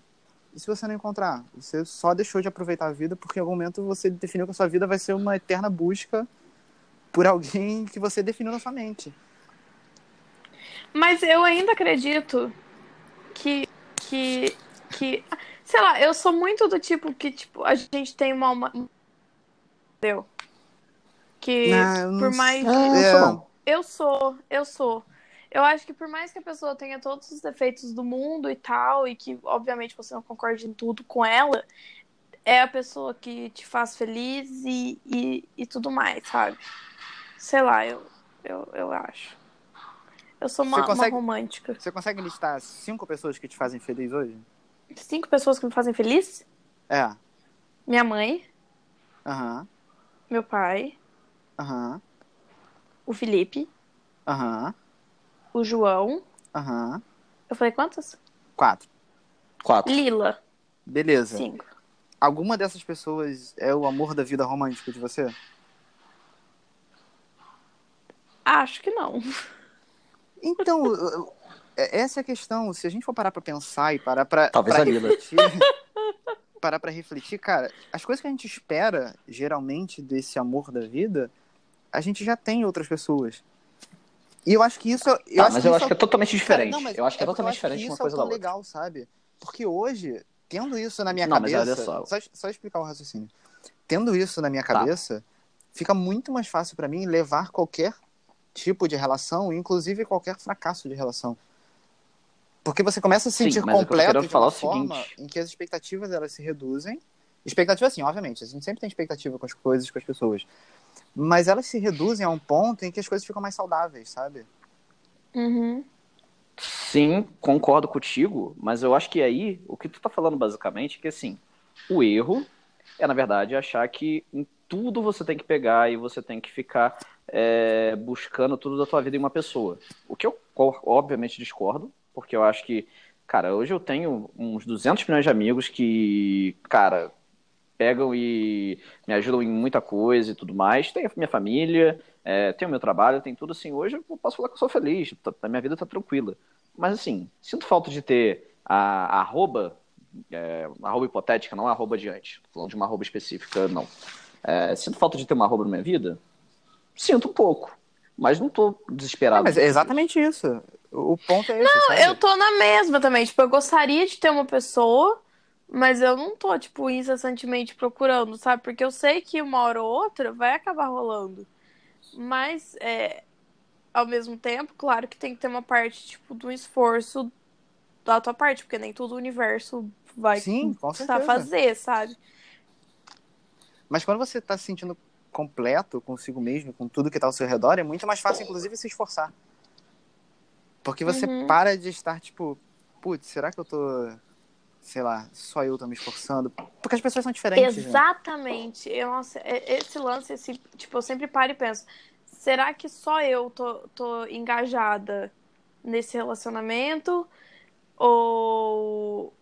S3: e se você não encontrar? Você só deixou de aproveitar a vida porque em algum momento você definiu que a sua vida vai ser uma eterna busca por alguém que você definiu na sua mente.
S2: Mas eu ainda acredito que, que, que. Sei lá, eu sou muito do tipo que, tipo, a gente tem uma. uma... Entendeu? Que
S3: Ah, eu não
S2: por mais.
S1: Ah, eu sou não.
S2: Eu sou, eu sou. Eu acho que por mais que a pessoa tenha todos os defeitos do mundo e tal, e que obviamente você não concorde em tudo com ela, é a pessoa que te faz feliz e, e, e tudo mais, sabe? Sei lá, eu, eu, eu acho. Eu sou uma,
S3: Você
S2: uma
S3: consegue-
S2: romântica.
S3: Você consegue listar cinco pessoas que te fazem feliz hoje?
S2: Cinco pessoas que me fazem feliz?
S3: É.
S2: Minha mãe,
S3: Aham.
S2: meu pai,
S3: Aham.
S2: o Felipe,
S3: Aham.
S2: o João.
S3: Aham.
S2: Eu falei quantas?
S3: Quatro.
S1: Quatro.
S2: Lila.
S3: Beleza.
S2: Cinco.
S3: Alguma dessas pessoas é o amor da vida romântica de você?
S2: Acho que não.
S3: Então, eu- eu- é- essa é a questão. Se a gente for parar pra pensar e parar pra.
S7: Talvez
S3: pra
S7: a Lila.
S3: refletir, *laughs* parar pra refletir, cara, as coisas que a gente espera, geralmente, desse amor da vida, a gente já tem em outras pessoas. E eu acho que isso. Eu
S1: Tá, mas
S3: acho que
S1: eu
S3: isso
S1: acho que é totalmente
S3: Cara,
S1: diferente.
S3: não, mas
S1: eu acho que é,
S3: porque
S1: totalmente
S3: acho que
S1: diferente uma
S3: isso
S1: coisa
S3: é o
S1: da
S3: tão
S1: outra.
S3: legal, sabe? Porque hoje, tendo isso na minha
S1: Não, mas
S3: cabeça.
S1: olha só.
S3: só explicar o raciocínio. Tendo isso na minha
S1: Tá.
S3: cabeça, fica muito mais fácil pra mim levar qualquer tipo de relação, inclusive qualquer fracasso de relação. Porque você começa a se
S1: Sim,
S3: sentir
S1: mas o que eu tô
S3: completo
S1: querendo
S3: de
S1: falar é
S3: uma
S1: o seguinte.
S3: forma em que as expectativas elas se reduzem. Expectativa, assim, obviamente, a gente sempre tem expectativa com as coisas, com as pessoas. Mas elas se reduzem a um ponto em que as coisas ficam mais saudáveis, sabe?
S2: Uhum.
S1: Sim, concordo contigo, mas eu acho que aí o que tu tá falando basicamente é que assim, o erro é, na verdade, achar que em tudo você tem que pegar e você tem que ficar é, buscando tudo da tua vida em uma pessoa. O que eu, co- obviamente, discordo, porque eu acho que, cara, hoje eu tenho uns 200 milhões de amigos que, cara, pegam e me ajudam em muita coisa e tudo mais. Tem a minha família, é, tem o meu trabalho, tem tudo assim. Hoje eu posso falar que eu sou feliz, tá- a minha vida tá tranquila. Mas assim, sinto falta de ter a, a arroba, é, uma arroba hipotética, não a arroba de antes. Tô falando de uma arroba específica, não. É, sinto falta de ter uma arroba na minha vida? Sinto um pouco. Mas não tô desesperado.
S3: É, mas é exatamente isso. O o ponto é esse. Não,
S2: Eu tô na mesma também. Tipo, eu gostaria de ter uma pessoa, mas eu não tô, tipo, incessantemente procurando, sabe? Porque eu sei que uma hora ou outra vai acabar rolando. Mas, é, ao mesmo tempo, claro que tem que ter uma parte, tipo, do esforço da tua parte, porque nem todo o universo vai
S3: Sim, com
S2: precisar
S3: certeza.
S2: fazer, sabe?
S3: Mas quando você tá se sentindo completo consigo mesmo, com tudo que tá ao seu redor, é muito mais fácil, inclusive, se esforçar. Porque você
S2: Uhum.
S3: para de estar, tipo, putz, será que eu tô, sei lá, só eu tô me esforçando? Porque as pessoas são diferentes, né?
S2: Exatamente. Eu, nossa, é- esse lance, esse, tipo, eu sempre paro e penso, será que só eu tô, tô engajada nesse relacionamento? Ou.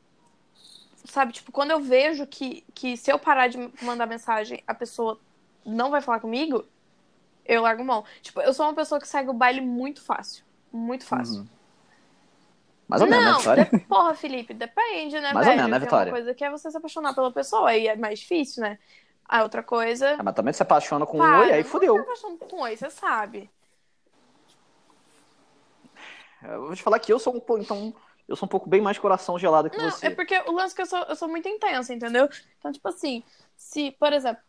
S2: Sabe, tipo, quando eu vejo que, que se eu parar de mandar mensagem, a pessoa não vai falar comigo, eu largo mão. Tipo, eu sou uma pessoa que segue o baile muito fácil. Muito fácil.
S3: Uhum.
S1: Mais ou menos,
S2: não,
S1: né, Vitória?
S2: de- porra, Felipe, depende, né,
S1: Mais ou
S2: velho?
S1: menos, né,
S2: Tem
S1: Vitória?
S2: uma coisa que é você se apaixonar pela pessoa, aí é mais difícil, né? A outra coisa.
S1: Ah, mas também se apaixona com um
S2: Para,
S1: oi, aí
S2: não
S1: fodeu.
S2: se apaixona com um oi, você sabe.
S1: Eu vou te falar que eu sou um pouco, então, eu sou um pouco bem mais coração gelado que
S2: Não,
S1: você.
S2: é porque o lance é que eu sou, eu sou muito intensa, entendeu? Então, tipo assim, se, por exemplo,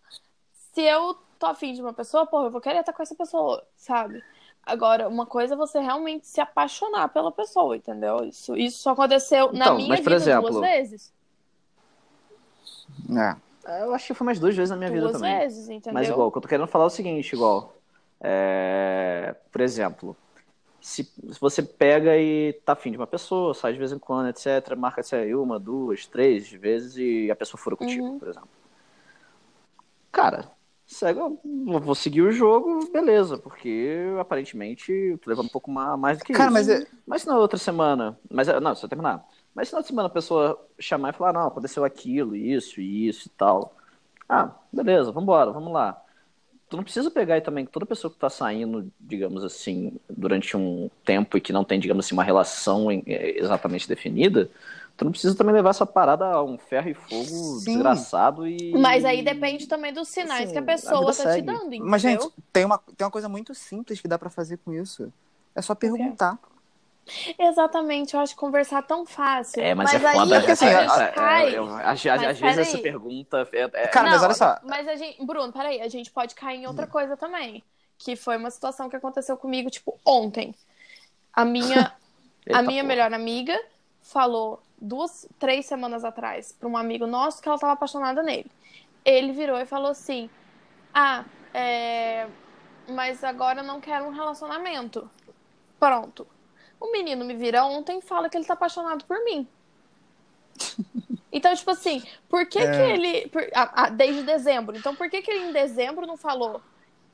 S2: se eu tô afim de uma pessoa, porra, eu vou querer estar com essa pessoa, sabe? Agora, uma coisa é você realmente se apaixonar pela pessoa, entendeu? Isso, isso só aconteceu na
S1: Então,
S2: minha
S1: mas, por
S2: vida
S1: exemplo,
S2: duas vezes.
S3: É.
S1: Eu acho que foi mais duas vezes na minha vida
S2: Duas
S1: também.
S2: vezes, É, entendeu?
S1: Mas igual, o que eu tô querendo falar é o seguinte, igual. é, por exemplo, se, se você pega e tá afim de uma pessoa, sai de vez em quando, etc., marca se é uma, duas, três vezes e a pessoa fura contigo,
S2: Uhum.
S1: por exemplo. Cara, segue, eu vou seguir o jogo, beleza, porque aparentemente eu tô levando um pouco ma- mais do que
S3: Cara,
S1: isso.
S3: mas é-
S1: Mas se na outra semana. Mas eh, não, só terminar. Mas se na outra semana a pessoa chamar e falar, não, aconteceu aquilo, isso, isso e tal. Ah, beleza, vambora, vamos lá. Tu não precisa pegar e também que toda pessoa que tá saindo, digamos assim, durante um tempo e que não tem, digamos assim, uma relação em- eh, exatamente definida, tu não precisa também levar essa parada a um ferro e fogo
S3: Sim.
S1: desgraçado e.
S2: Mas aí depende também dos sinais
S1: Assim,
S2: que a
S1: a
S2: pessoa
S1: vida
S2: tá
S1: segue.
S2: te dando, entendeu?
S3: Mas, gente, tem uma, tem uma coisa muito simples que dá pra fazer com isso. É só perguntar.
S2: Exatamente, eu acho conversar tão fácil.
S1: É, mas, é
S2: aí
S1: foda. é,
S2: a
S3: porque, assim,
S2: gente
S3: a-
S2: cai.
S1: eu- eu- às às vezes essa
S2: peraí.
S1: pergunta. É, é-
S3: Cara, mas
S2: Não,
S3: olha só.
S2: Mas a gente, Bruno, peraí, a gente pode cair em
S1: Hum.
S2: outra coisa também. Que foi uma situação que aconteceu comigo, tipo, ontem. A minha,
S1: Eita
S2: a minha
S1: porra.
S2: melhor amiga falou duas, três semanas atrás pra um amigo nosso que ela tava apaixonada nele. Ele virou e falou assim: Ah, é, mas agora eu não quero um relacionamento. Pronto. O menino me vira ontem e fala que ele tá apaixonado por mim. Então, tipo assim, por que que
S3: É.
S2: ele. por- ah, ah, desde dezembro. Então, por que que ele em dezembro não falou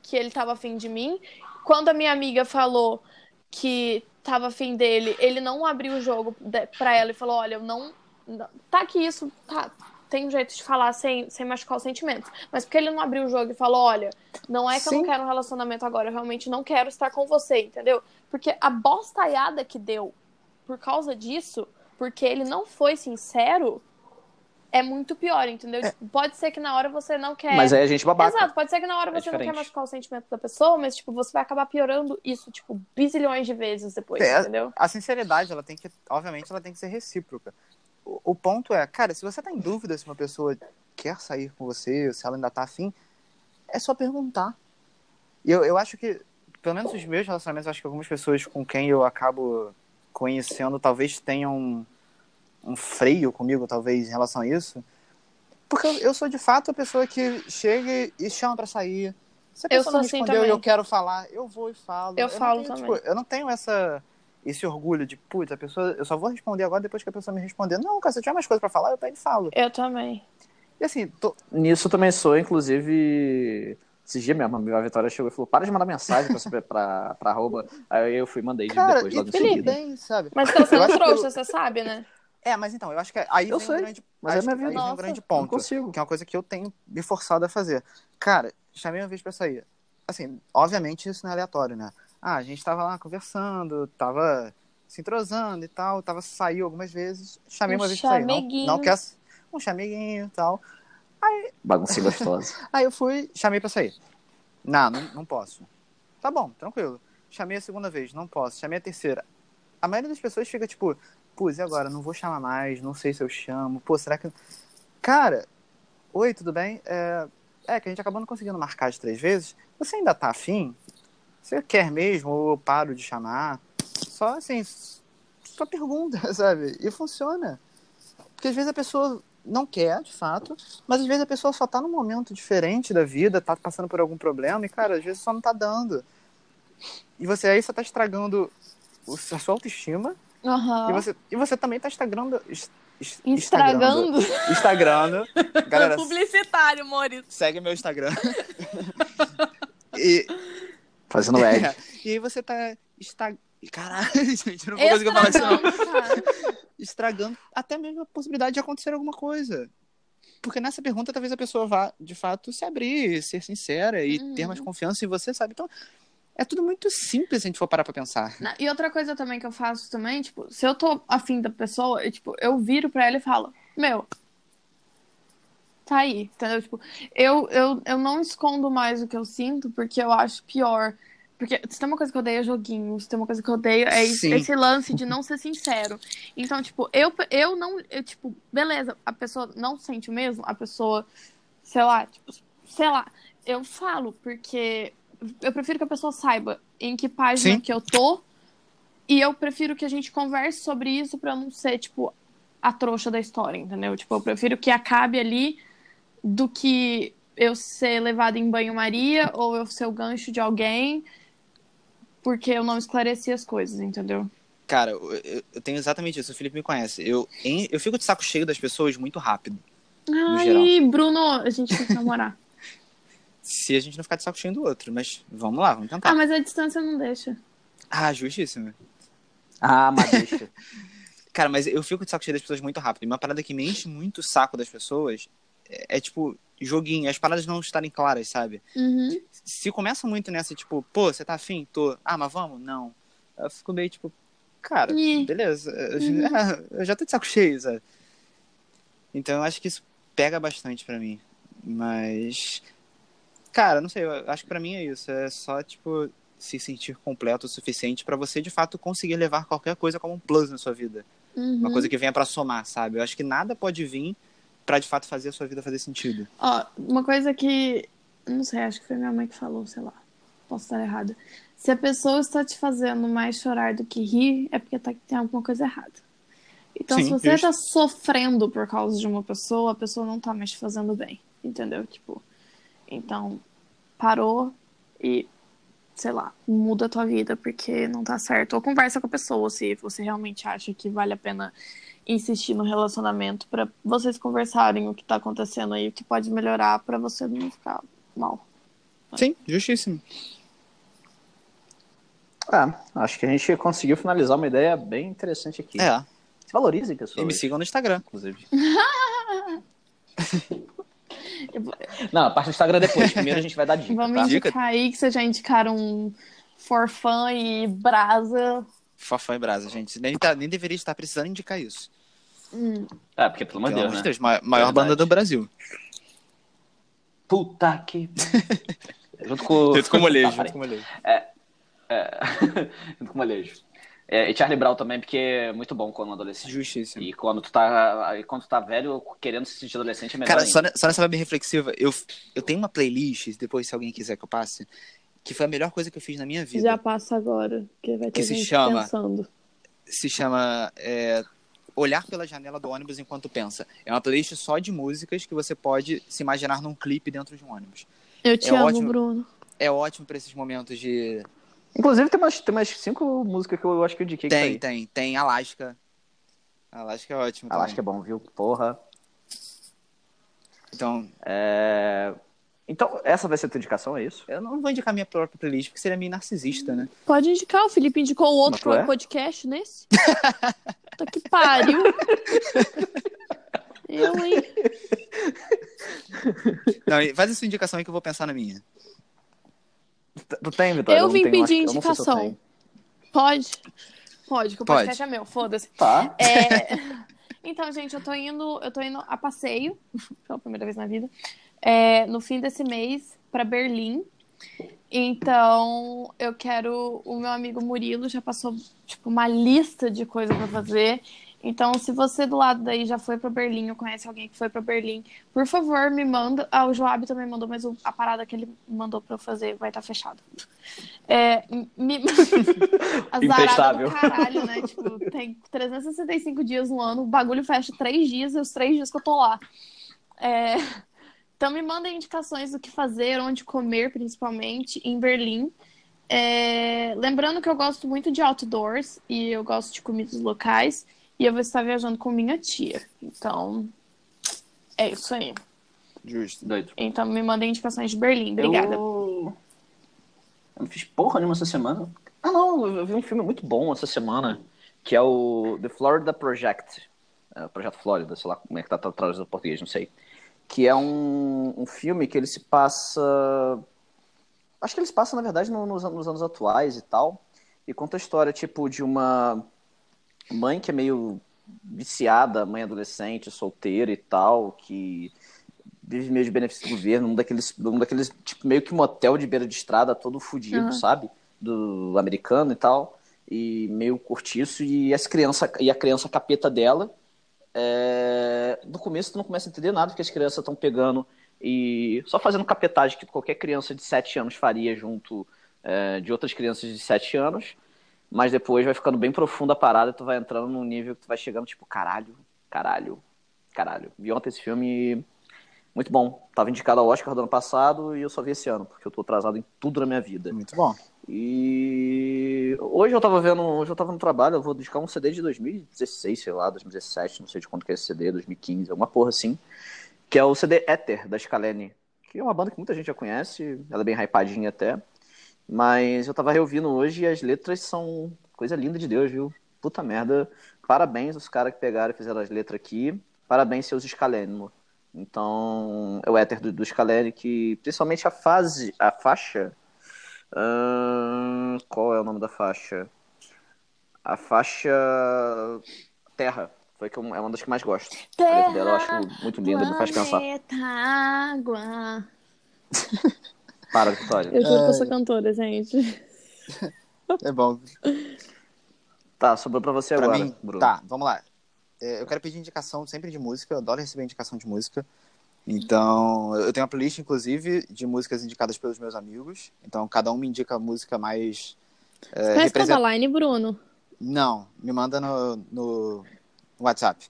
S2: que ele tava afim de mim? Quando a minha amiga falou que tava afim dele, ele não abriu o jogo de- pra ela e falou: Olha, eu não Não. Tá que isso tá, tem um jeito de falar sem, sem machucar os sentimentos. Mas porque ele não abriu o jogo e falou, olha, não é que eu
S1: Sim.
S2: não quero um relacionamento agora, eu realmente não quero estar com você, entendeu? Porque a bostaiada que deu por causa disso, porque ele não foi sincero, é muito pior, entendeu?
S3: É.
S2: Tipo, pode ser que na hora você não quer.
S1: Mas aí a gente babaca.
S2: Exato, pode ser que na hora
S1: É
S2: você não quer
S1: diferente.
S2: machucar o sentimento da pessoa, mas tipo, você vai acabar piorando isso, tipo, bizilhões de vezes depois,
S3: É.
S2: entendeu?
S3: a sinceridade, ela tem que, obviamente, ela tem que ser recíproca. O, o ponto é, cara, se você tá em dúvida se uma pessoa quer sair com você, ou se ela ainda tá afim, é só perguntar. E eu, eu acho que, pelo menos os meus relacionamentos, eu acho que algumas pessoas com quem eu acabo conhecendo talvez tenham um, um freio comigo, talvez, em relação a isso. Porque eu, eu sou, de fato, a pessoa que chega e chama pra sair. Se a
S2: Eu
S3: pessoa não
S2: sou assim
S3: respondeu e
S2: também.
S3: eu quero falar, eu vou e falo.
S2: Eu
S3: não
S2: falo
S3: tenho,
S2: também.
S3: tipo, eu não tenho essa esse orgulho de, putz, a pessoa, eu só vou responder agora depois que a pessoa me responder. Não, cara, se eu tiver mais coisa pra falar, eu pego e falo.
S2: Eu também.
S3: E assim, tô-
S1: Nisso eu também sou, inclusive. Esses dias mesmo, a minha Vitória chegou e falou: para de mandar mensagem pra, saber- *laughs* pra, pra arroba. Aí eu fui e mandei
S3: cara,
S1: depois,
S3: e
S1: logo em
S3: tudo
S1: seguida.
S3: bem, sabe?
S2: Mas então você
S3: Eu
S2: não
S3: acho que
S2: trouxa, você sabe, né?
S3: É, mas então, eu acho que aí
S1: Eu
S3: vem
S1: sei,
S3: um grande,
S1: mas é
S3: acho
S1: minha
S3: que
S1: vida.
S3: aí vem um
S2: Nossa.
S3: grande
S1: Eu Não
S3: ponto,
S1: consigo.
S3: que é uma coisa que eu tenho me forçado a fazer. Cara, chamei uma vez pra sair. Assim, obviamente isso não é aleatório, né? Ah, a gente tava lá conversando, tava se entrosando e tal, tava saiu algumas vezes, chamei
S2: Um
S3: uma vez pra sair, não,
S2: chameguinho.
S3: não quer um chameguinho e tal.
S1: Baguncinha gostosa.
S3: Aí eu fui, chamei pra sair. Não, não, não posso. Tá bom, tranquilo. Chamei a segunda vez, não posso. Chamei a terceira. A maioria das pessoas fica tipo, putz, e agora? Não vou chamar mais, não sei se eu chamo. Pô, será que. Cara, oi, tudo bem? É, é que a gente acabou não conseguindo marcar as três vezes. Você ainda tá afim? Você quer mesmo ou eu paro de chamar? Só assim, só pergunta, *laughs* sabe? E funciona. Porque às vezes a pessoa não quer, de fato, mas às vezes a pessoa só tá num momento diferente da vida, tá passando por algum problema e, cara, às vezes só não tá dando. E você aí só tá estragando o- a sua autoestima
S2: Aham.
S3: e, você, e você também tá estragando. es- es-
S2: Estragando *laughs*
S3: Instagrando. Galera,
S2: publicitário, Maurício.
S3: segue meu Instagram. e,
S1: *laughs*
S3: é,
S1: Fazendo ed.
S3: e aí você tá. Estra... Caralho, *laughs* gente, eu não vou conseguir falar isso. não.
S2: Estragando, cara.
S3: estragando até mesmo a possibilidade de acontecer alguma coisa. Porque nessa pergunta, talvez a pessoa vá, de fato, se abrir, ser sincera e
S2: Uhum.
S3: ter mais confiança em você, sabe? Então, é tudo muito simples se a gente for parar pra pensar.
S2: Na- E outra coisa também que eu faço também, tipo, se eu tô afim da pessoa, eu, tipo, eu viro pra ela e falo, meu, tá aí, entendeu? Tipo, eu, eu, eu não escondo mais o que eu sinto, porque eu acho pior. Porque se tem uma coisa que eu odeio é joguinho, se tem uma coisa que eu odeio é es-
S3: Sim.
S2: esse lance de não ser sincero. Então, tipo, eu, eu não, eu, tipo, beleza, a pessoa não sente o mesmo, a pessoa, sei lá, tipo, sei lá, eu falo, porque eu prefiro que a pessoa saiba em que página
S3: Sim.
S2: que eu tô. E eu prefiro que a gente converse sobre isso pra eu não ser, tipo, a trouxa da história, entendeu? Tipo, eu prefiro que acabe ali do que eu ser levada em banho-maria ou eu ser o gancho de alguém porque eu não esclareci as coisas, entendeu?
S3: Cara, eu, eu- eu tenho exatamente isso. O Felipe me conhece. Eu, em- eu fico de saco cheio das pessoas muito rápido.
S2: Ai, Bruno, a gente tem que namorar.
S3: Se a gente não ficar de saco cheio do outro. Mas vamos lá, vamos
S2: ah,
S3: tentar.
S2: mas a distância não deixa.
S3: Ah, justíssimo.
S1: Ah, mas deixa. *laughs*
S3: Cara, mas eu fico de saco cheio das pessoas muito rápido. E uma parada que me enche muito o saco das pessoas é, é tipo, joguinho. As paradas não estarem claras, sabe?
S2: Uhum.
S3: se começa muito nessa, tipo, pô, você tá afim? Tô. Ah, mas vamos? Não. Eu fico meio, tipo, cara,
S2: Ih.
S3: beleza. Eu, já- *laughs* eu já tô de saco cheio, sabe? Então eu acho que isso pega bastante pra mim. Mas. Cara, não sei, eu acho que pra mim é isso. É só, tipo, se sentir completo o suficiente pra você, de fato, conseguir levar qualquer coisa como um plus na sua vida.
S2: Tá. uhum.
S3: Uma coisa que venha pra somar, sabe? Eu acho que nada pode vir pra, de fato, fazer a sua vida fazer sentido.
S2: Ó, uma coisa que. Não sei, acho que foi minha mãe que falou, sei lá. Posso estar errada. Se a pessoa está te fazendo mais chorar do que rir, é porque tá, tem alguma coisa errada. Então,
S3: Sim,
S2: se você
S3: justo.
S2: tá sofrendo por causa de uma pessoa, a pessoa não tá mais te fazendo bem. Entendeu? Tipo. Então, parou e, sei lá, muda a tua vida porque não tá certo. Ou conversa com a pessoa se você realmente acha que vale a pena insistir no relacionamento pra vocês conversarem o que tá acontecendo aí, o que pode melhorar pra você não ficar mal.
S3: Sim, justíssimo.
S1: Ah, acho que a gente conseguiu finalizar uma ideia bem interessante aqui.
S3: É.
S1: Valorizem pessoas.
S3: E me sigam no Instagram, *laughs* inclusive.
S6: Não, a parte do Instagram é depois. Primeiro a gente vai dar dica,
S2: Vamos
S6: tá?
S3: Dica.
S2: indicar aí que vocês já indicaram um forfã e brasa.
S3: Fofão e brasa, gente. Nem, tá- nem deveria estar precisando indicar isso.
S2: Hum,
S1: Ah,
S6: É, porque pelo amor de
S3: Pelo
S6: Deus,
S3: amor de
S6: né?
S3: Deus, ma- maior
S6: Verdade.
S3: banda do Brasil.
S6: Puta
S3: *laughs*
S6: que... Junto com...
S3: Junto com o molejo.
S6: Tá, peraí.
S3: junto com o molejo.
S6: É, junto com o molejo. É, e Charlie Brown também, porque é muito bom quando adolescente.
S3: Justiça.
S6: E quando tu tá, aí quando tu tá velho, querendo se sentir adolescente é melhor
S3: Cara,
S6: ainda.
S3: só, ne- só nessa vibe reflexiva, eu, eu tenho uma playlist, depois se alguém quiser que eu passe, que foi a melhor coisa que eu fiz na minha vida.
S2: já passa agora, que vai ter
S3: Que se
S2: gente
S3: chama?
S2: pensando.
S3: se chama é, Olhar pela Janela do Ônibus Enquanto Pensa. É uma playlist só de músicas que você pode se imaginar num clipe dentro de um ônibus.
S2: Eu te
S3: É
S2: amo,
S3: ótimo.
S2: Bruno.
S3: É ótimo pra esses momentos de.
S1: Inclusive, tem umas, tem umas cinco músicas que eu acho que tá eu indiquei.
S3: Tem,
S1: Tem, tem.
S3: tem, tem Alaska. Alaska é ótimo. também.
S1: Acho que é bom, viu? Porra.
S3: Então,
S1: Então, essa vai ser a tua indicação, é isso?
S3: eu não vou indicar minha própria playlist, porque seria meio narcisista, né?
S2: Pode indicar, o Felipe indicou o outro
S1: Mas tu é?
S2: podcast
S3: *laughs*
S2: nesse. Puta que pariu. Eu, hein?
S3: Não, e faz a sua indicação aí que eu vou pensar na minha.
S1: Tu- Tu tem, Vitória?
S2: eu
S1: não
S2: vim
S1: tenho, acho
S2: pedir
S1: que- eu não sei se eu
S2: indicação.
S1: tenho.
S2: Pode? Pode, que o
S3: Pode.
S2: podcast é meu, foda-se.
S1: Tá.
S2: É, *laughs* Então, gente, eu tô indo, eu tô indo a passeio, *laughs* pela primeira vez na vida, é, no fim desse mês pra Berlim. Então, eu quero. O meu amigo Murilo já passou tipo uma lista de coisas pra fazer. Então, se você do lado daí já foi pra Berlim ou conhece alguém que foi pra Berlim, por favor, me manda. Ah, o Joab também mandou, mas o- a parada que ele mandou pra eu fazer vai estar fechada. É, me... *laughs* Azarada
S1: Imprestável.
S2: do caralho, né? Tipo, tem 365 dias no ano, o bagulho fecha três dias e os três dias que eu tô lá. É, Então me mandem indicações do que fazer, onde comer, principalmente, em Berlim. É, Lembrando que eu gosto muito de outdoors e eu gosto de comidas locais. E eu vou estar viajando com minha tia. Então, é isso aí.
S3: Justo.
S6: Doido.
S2: Então me mandem indicações de Berlim. Obrigada.
S6: Eu... eu não fiz porra nenhuma essa semana. Ah, não, eu vi um filme muito bom essa semana, que é o The Florida Project. É, Projeto Flórida, sei lá como é que tá traduzido em português, não sei. Que é um, um filme que ele se passa. Acho que ele se passa, na verdade, no- nos, an- nos anos atuais e tal. E conta a história, tipo, de uma mãe que é meio viciada, mãe adolescente, solteira e tal, que vive meio de benefício do governo, um daqueles, um daqueles tipo, meio que motel de beira de estrada, todo fudido,
S2: Uhum.
S1: sabe? Do americano e tal, e meio cortiço, e, as criança, e a criança capeta dela. é, No começo tu não começa a entender nada, porque as crianças estão pegando e só fazendo capetagem que qualquer criança de 7 anos faria junto é, de outras crianças de 7 anos, mas depois vai ficando bem profunda a parada e tu vai entrando num nível que tu vai chegando tipo, caralho, caralho, caralho. Vi ontem esse filme muito bom. Tava indicado ao Oscar do ano passado e eu só vi esse ano, porque eu tô atrasado em tudo na minha vida.
S3: Muito bom.
S1: E hoje eu tava vendo, hoje eu tava no trabalho, eu vou indicar um CD de 2016, sei lá, 2017, não sei de quanto que é esse CD, 2015, alguma porra assim, que é o CD Éter, da Scalene, que é uma banda que muita gente já conhece, ela é bem hypadinha até, mas eu tava reouvindo hoje e as letras são coisa linda de Deus, viu? Puta merda, parabéns os caras que pegaram e fizeram as letras aqui, parabéns seus Scalene. Então, é o Éter do, do Scalene que, principalmente a fase, a faixa Ahn, qual é o nome da faixa? A faixa Terra. Foi que eu- é uma das que mais gosto. A letra dela eu acho muito linda, me faz pensar.
S2: planeta, água.
S1: Para, Vitória.
S2: Eu juro que eu sou cantora, gente.
S3: É bom.
S1: Tá, sobrou pra você
S3: Pra
S1: agora,
S3: mim,
S1: Bruno.
S3: tá, vamos lá. É, eu quero pedir indicação sempre de música, eu adoro receber indicação de música. Então, eu tenho uma playlist, inclusive, de músicas indicadas pelos meus amigos. Então, cada um me indica a música mais. é,
S2: Mas
S3: represent-
S2: canta line, Bruno.
S3: Não, me manda no, no WhatsApp.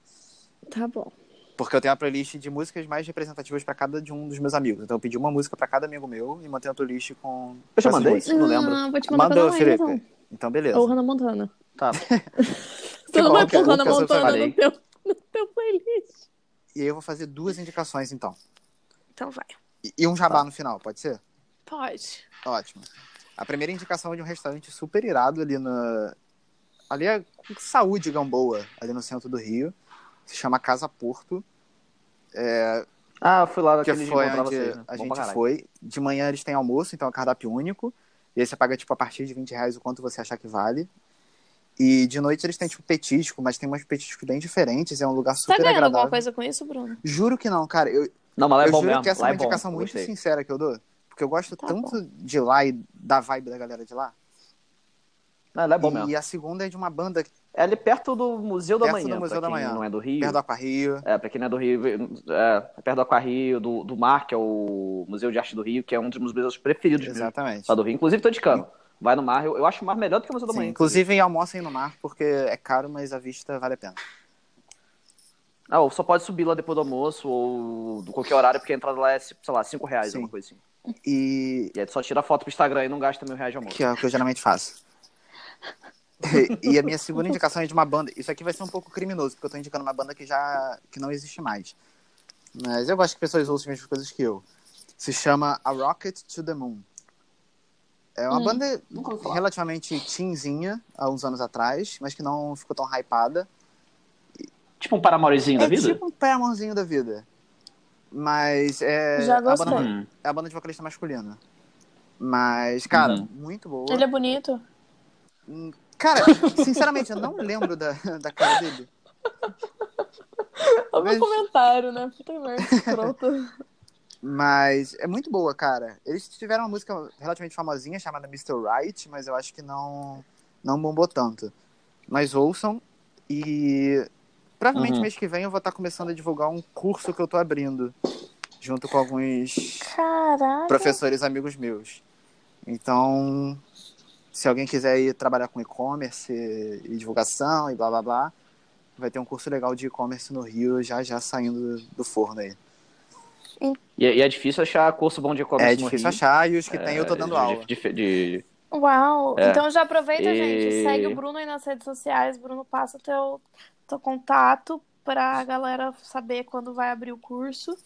S2: Tá bom.
S3: Porque eu tenho uma playlist de músicas mais representativas pra cada de um dos meus amigos. Então, eu pedi uma música pra cada amigo meu e mantenho a playlist com.
S1: Eu já
S3: com essas
S1: mandei?
S3: músicas.
S1: Não lembro.
S2: Ah, vou te mandar
S3: Mandou,
S2: pra Line,
S3: Felipe.
S2: então.
S3: Então, beleza.
S2: Ou Hannah Montana.
S1: Tá.
S2: Você não
S3: bom
S2: vai
S3: que-
S2: pôr Hannah
S3: que eu
S2: Montana
S1: separei.
S2: no teu, no teu playlist.
S3: E aí, eu vou fazer duas indicações, então.
S2: Então vai.
S3: E- E um jabá
S1: Tá.
S3: no final, pode ser?
S2: Pode.
S3: Ótimo. A primeira indicação é de um restaurante super irado ali na ali é saúde Gamboa, ali no centro do Rio. Se chama Casa Porto.
S1: Ah, eu fui lá
S3: que
S1: naquele
S3: foi
S1: dia pra
S3: onde
S1: vocês, né?
S3: a
S1: Bom
S3: gente
S1: pra caralho.
S3: foi. De manhã eles têm almoço, então é cardápio único. E aí você paga, tipo, a partir de 20 reais o quanto você achar que vale. E de noite eles têm, tipo, petisco, mas tem umas petiscos bem diferentes. É um lugar
S2: Tá
S3: super
S2: ganhando
S3: agradável.
S2: alguma coisa com isso, Bruno?
S3: Juro que não, cara. Eu,
S1: Não, mas lá é
S3: eu
S1: bom
S3: juro
S1: mesmo.
S3: que essa é
S1: lá
S3: uma
S1: é bom.
S3: indicação
S1: eu
S3: muito
S1: gostei.
S3: sincera que eu dou. Porque eu gosto
S2: Tá
S3: tanto de lá e da vibe da galera de lá.
S1: Não, lá é bom
S3: e
S1: mesmo.
S3: a segunda é de uma banda
S1: É ali perto do Museu da
S3: Perto
S1: Manhã.
S3: do Museu
S1: pra
S3: da
S1: quem
S3: Manhã.
S1: não é do Rio.
S3: perto do Aquarrio.
S1: É, pra quem não é do Rio, é, perto do Aquarrio, do, do Mar, que é o Museu de Arte do Rio, que é um dos meus museus preferidos mesmo,
S3: Exatamente.
S1: lá do Rio. Inclusive, tô de cano. Vai no Mar, eu, eu acho o Mar melhor do que o Museu da
S3: Sim,
S1: Manhã.
S3: inclusive almocem no mar, porque é caro, mas a vista vale a pena.
S1: Ah, ou só pode subir lá depois do almoço ou de qualquer horário, porque a entrada lá é, sei lá, 5 reais,
S3: Sim.
S1: alguma coisa assim.
S3: E
S1: E aí tu só tira foto pro Instagram e não gasta mil reais de almoço.
S3: que é o que eu geralmente faço. e a minha segunda indicação é de uma banda. Isso aqui vai ser um pouco criminoso, porque eu tô indicando uma banda que já que não existe mais. Mas eu gosto que pessoas ouçam as mesmas coisas que eu. Se chama A Rocket to the Moon. É uma
S2: Hum.
S3: banda
S8: Nunca ouvi falar.
S3: relativamente teenzinha, há uns anos atrás, mas que não ficou tão hypada.
S8: Tipo um paramorezinho da
S3: É
S8: vida?
S3: tipo um pé amorzinho da vida. Mas é.
S2: Já
S3: a banda-
S2: gostei.
S8: Hum.
S3: é a banda de vocalista masculina. Mas, cara,
S8: Uhum.
S3: muito boa.
S2: Ele é bonito.
S3: Cara, sinceramente, eu não lembro da, da cara dele.
S2: Olha o
S3: Mas-
S2: meu comentário, né? Puta merda, escroto.
S3: Mas é muito boa, cara. Eles tiveram uma música relativamente famosinha chamada Mr. Right, mas eu acho que não, não bombou tanto. Mas ouçam. E provavelmente
S8: Uhum.
S3: mês que vem eu vou estar começando a divulgar um curso que eu tô abrindo. Junto com alguns
S2: Caraca.
S3: professores amigos meus. Então, se alguém quiser ir trabalhar com e-commerce e divulgação e blá blá blá, vai ter um curso legal de e-commerce no Rio já já saindo do forno aí.
S1: E, e é difícil achar curso bom de
S3: É
S1: e-commerce no
S3: difícil
S1: Rio.
S3: achar e os que tem eu tô
S1: É,
S3: dando
S1: de-
S3: aula.
S1: de- de-
S2: Uau!
S1: É.
S2: Então já aproveita,
S1: E-
S2: gente. Segue o Bruno aí nas redes sociais. Bruno, passa teu, teu contato pra galera saber quando vai abrir o curso.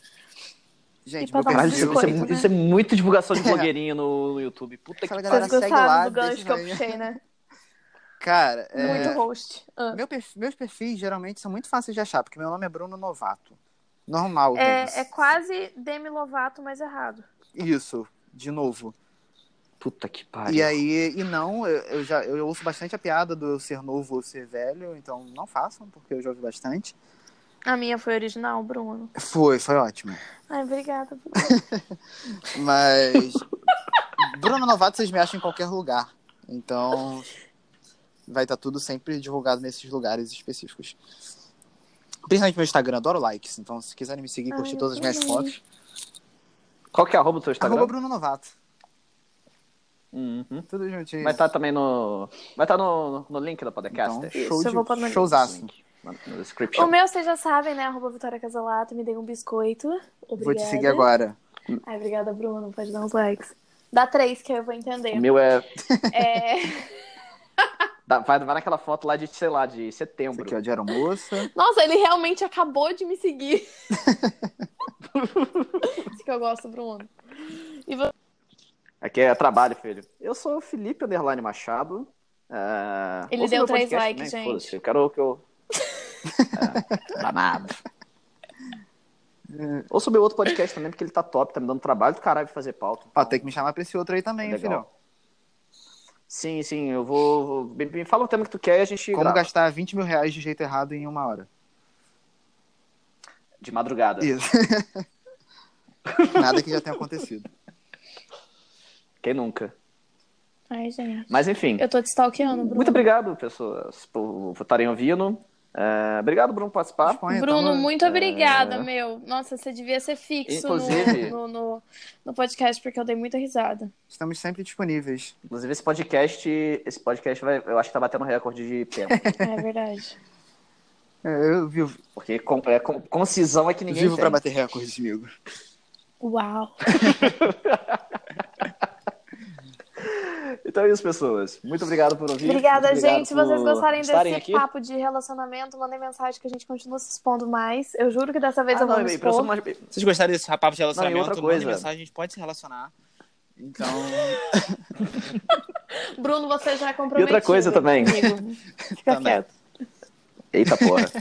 S3: Gente,
S2: E pra
S3: meu
S2: dar um
S1: Caralho,
S3: perfil.
S1: isso,
S2: biscoito.
S1: isso é, mu-
S2: né?
S1: isso é muita divulgação
S3: *laughs*
S1: de blogueirinha no, no YouTube. Puta que
S3: Fala,
S1: pariu.
S3: galera.
S2: Vocês
S3: segue
S2: gostaram
S3: lá,
S2: do gancho
S3: deixa
S2: que eu
S3: joinha.
S2: puxei, né?
S3: Cara, *laughs* é,
S2: Muito host. Ah.
S3: meu perfil- meus perfis geralmente são muito fáceis de achar, porque meu nome é Bruno Novato. Normal.
S2: É,
S3: gente.
S2: é quase Demi Lovato, mas errado.
S3: Isso, de novo.
S1: Puta que pariu.
S3: E aí, e não, eu, eu já eu ouço bastante a piada do eu ser novo ou ser velho, então não façam, porque eu já ouvi bastante.
S2: A minha foi original, Bruno.
S3: Foi, foi ótimo.
S2: Ai, obrigada, Bruno.
S1: *laughs*
S3: Mas. Bruno Novato, vocês me acham em qualquer lugar. Então. Vai estar tudo sempre divulgado nesses lugares específicos. Principalmente meu Instagram, adoro likes. Então, se quiserem me seguir,
S2: Ai, Ah,
S3: curtir
S2: eu
S3: todas as minhas
S2: também.
S3: fotos.
S1: Qual que é a arroba do seu Instagram?
S3: Arroba Bruno Novato.
S1: Uhum.
S3: Tudo juntinho.
S1: Vai estar também no. Vai estar no, no link da podcast.
S3: Então,
S1: é?
S3: show
S2: Isso, eu vou pôr no
S3: de,
S2: link.
S3: showzaço.
S1: No- No
S2: O
S1: description.
S2: meu, vocês já sabem, né? Arroba Vitória Casolato, me dei um biscoito. Obrigada.
S3: Vou te seguir agora.
S2: Ai, obrigada, Bruno. Pode dar uns likes. Dá três, que eu vou entender.
S1: O meu é.
S2: É...
S1: *laughs* dá- Vai, vai naquela foto lá de, sei lá, de
S3: Esse
S1: setembro.
S3: aqui é o de aeromoça.
S2: Nossa, ele realmente acabou de me seguir. *laughs* Isso que eu gosto, Bruno. E vo-
S1: Aqui é trabalho, filho. Eu sou o Felipe Underline Machado. É,
S2: Ele
S1: ouça
S2: deu
S1: meu
S2: três
S1: podcast
S2: likes,
S1: também,
S2: gente.
S1: foda-se, Eu quero que
S2: *laughs*
S1: eu. É, danado. É, Ouça o meu outro podcast também, porque ele tá top, tá me dando trabalho do caralho fazer pauta.
S3: Ó, tem que me chamar pra esse outro aí também, hein,
S1: Legal.
S3: filhão.
S1: Sim, sim, eu vou. vou- me- Me fala o tema que tu quer e a gente.
S3: Como
S1: grava.
S3: gastar 20 mil reais de jeito errado em uma hora.
S1: De madrugada.
S3: Isso. *laughs* Nada que já tenha acontecido.
S1: Quem nunca?
S2: Ai, gente.
S1: Mas enfim.
S2: Eu tô te stalkeando, Bruno.
S1: Muito obrigado, pessoas, por por estarem ouvindo. É, obrigado, Bruno, por participar.
S3: Põe,
S2: Bruno,
S3: então,
S2: muito obrigada, meu. Nossa, você devia ser fixo no,
S1: Inclusive-
S2: *laughs* no, no, no podcast, porque eu dei muita risada.
S3: Estamos sempre disponíveis.
S1: Inclusive, esse podcast, esse podcast vai, eu acho que tá batendo recorde de
S3: *laughs*
S1: tempo.
S2: É verdade.
S3: É, Eu vivo,
S1: Porque com, é, com- concisão é que ninguém
S3: vivo
S1: tem.
S3: pra bater recordes comigo.
S1: *laughs*
S2: Uau.
S1: Então é isso, pessoas. Muito obrigado por ouvir.
S2: Obrigada,
S1: Muito obrigado
S2: gente. Se vocês
S1: por
S2: gostarem desse
S1: estarem aqui.
S2: papo de relacionamento, mandem mensagem que a gente continua se expondo mais. Eu juro que dessa vez
S1: Ah,
S2: eu vou
S1: não,
S2: me
S1: e pra você
S2: expor.
S1: mais-
S9: Vocês gostaram desse rapaz de
S1: outra
S9: relacionamento? Mandem
S1: coisa.
S9: mensagem, a gente pode se relacionar. Então,
S2: Bruno, você já é
S1: E
S2: comprometido.
S1: outra coisa também.
S2: comigo. *laughs* Fica
S3: Também.
S2: quieto.
S1: Tá Eita
S2: *laughs*
S1: porra.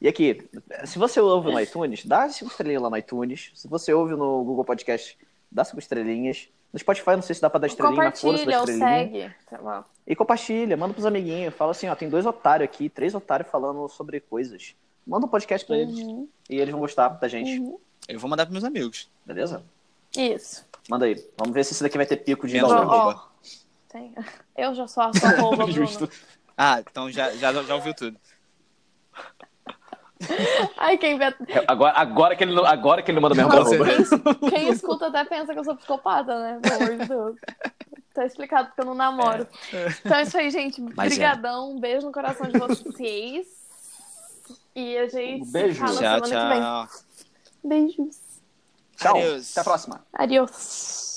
S1: E aqui, se você ouve no iTunes, dá cinco estrelinhas lá no iTunes. Se você ouve no Google Podcast, dá cinco estrelinhas. No Spotify, não sei se dá pra dar estrelinha, mas foda-se da
S2: Compartilha ou
S1: estrelinha.
S2: segue. Tá bom.
S1: E compartilha, manda pros amiguinhos. Fala assim, ó, tem dois otários aqui, três otários falando sobre coisas. Manda um podcast pra eles.
S2: Uhum,
S1: E eles vão gostar da gente,
S2: uhum.
S3: Eu vou mandar pros meus amigos.
S1: beleza?
S2: Isso.
S1: Manda aí. Vamos ver se isso daqui vai ter pico de
S6: Então,
S3: Menos
S2: Bom,
S3: Não,
S1: download.
S3: arroba.
S2: ó, tem- *laughs* Eu já sou a sua roupa, Bruno.
S6: Justo.
S3: Ah, então já, já, já ouviu tudo.
S2: Ai, quem, vê-
S6: Agora, agora, que ele não, agora que ele não manda mesmo pra
S3: Nossa.
S6: arroba.
S2: quem, quem escuta até pensa que eu sou psicopata, né? Pelo amor de Deus. Tá explicado porque eu não namoro. Então é isso aí, gente.
S1: Mas é.
S2: Brigadão. Um beijo no coração de vocês. E a gente
S6: Um beijo.
S2: se fala semana
S3: Tchau,
S2: que vem.
S3: tchau.
S2: Beijos.
S1: Tchau.
S3: Adeus.
S1: Até a próxima.
S2: Adiós.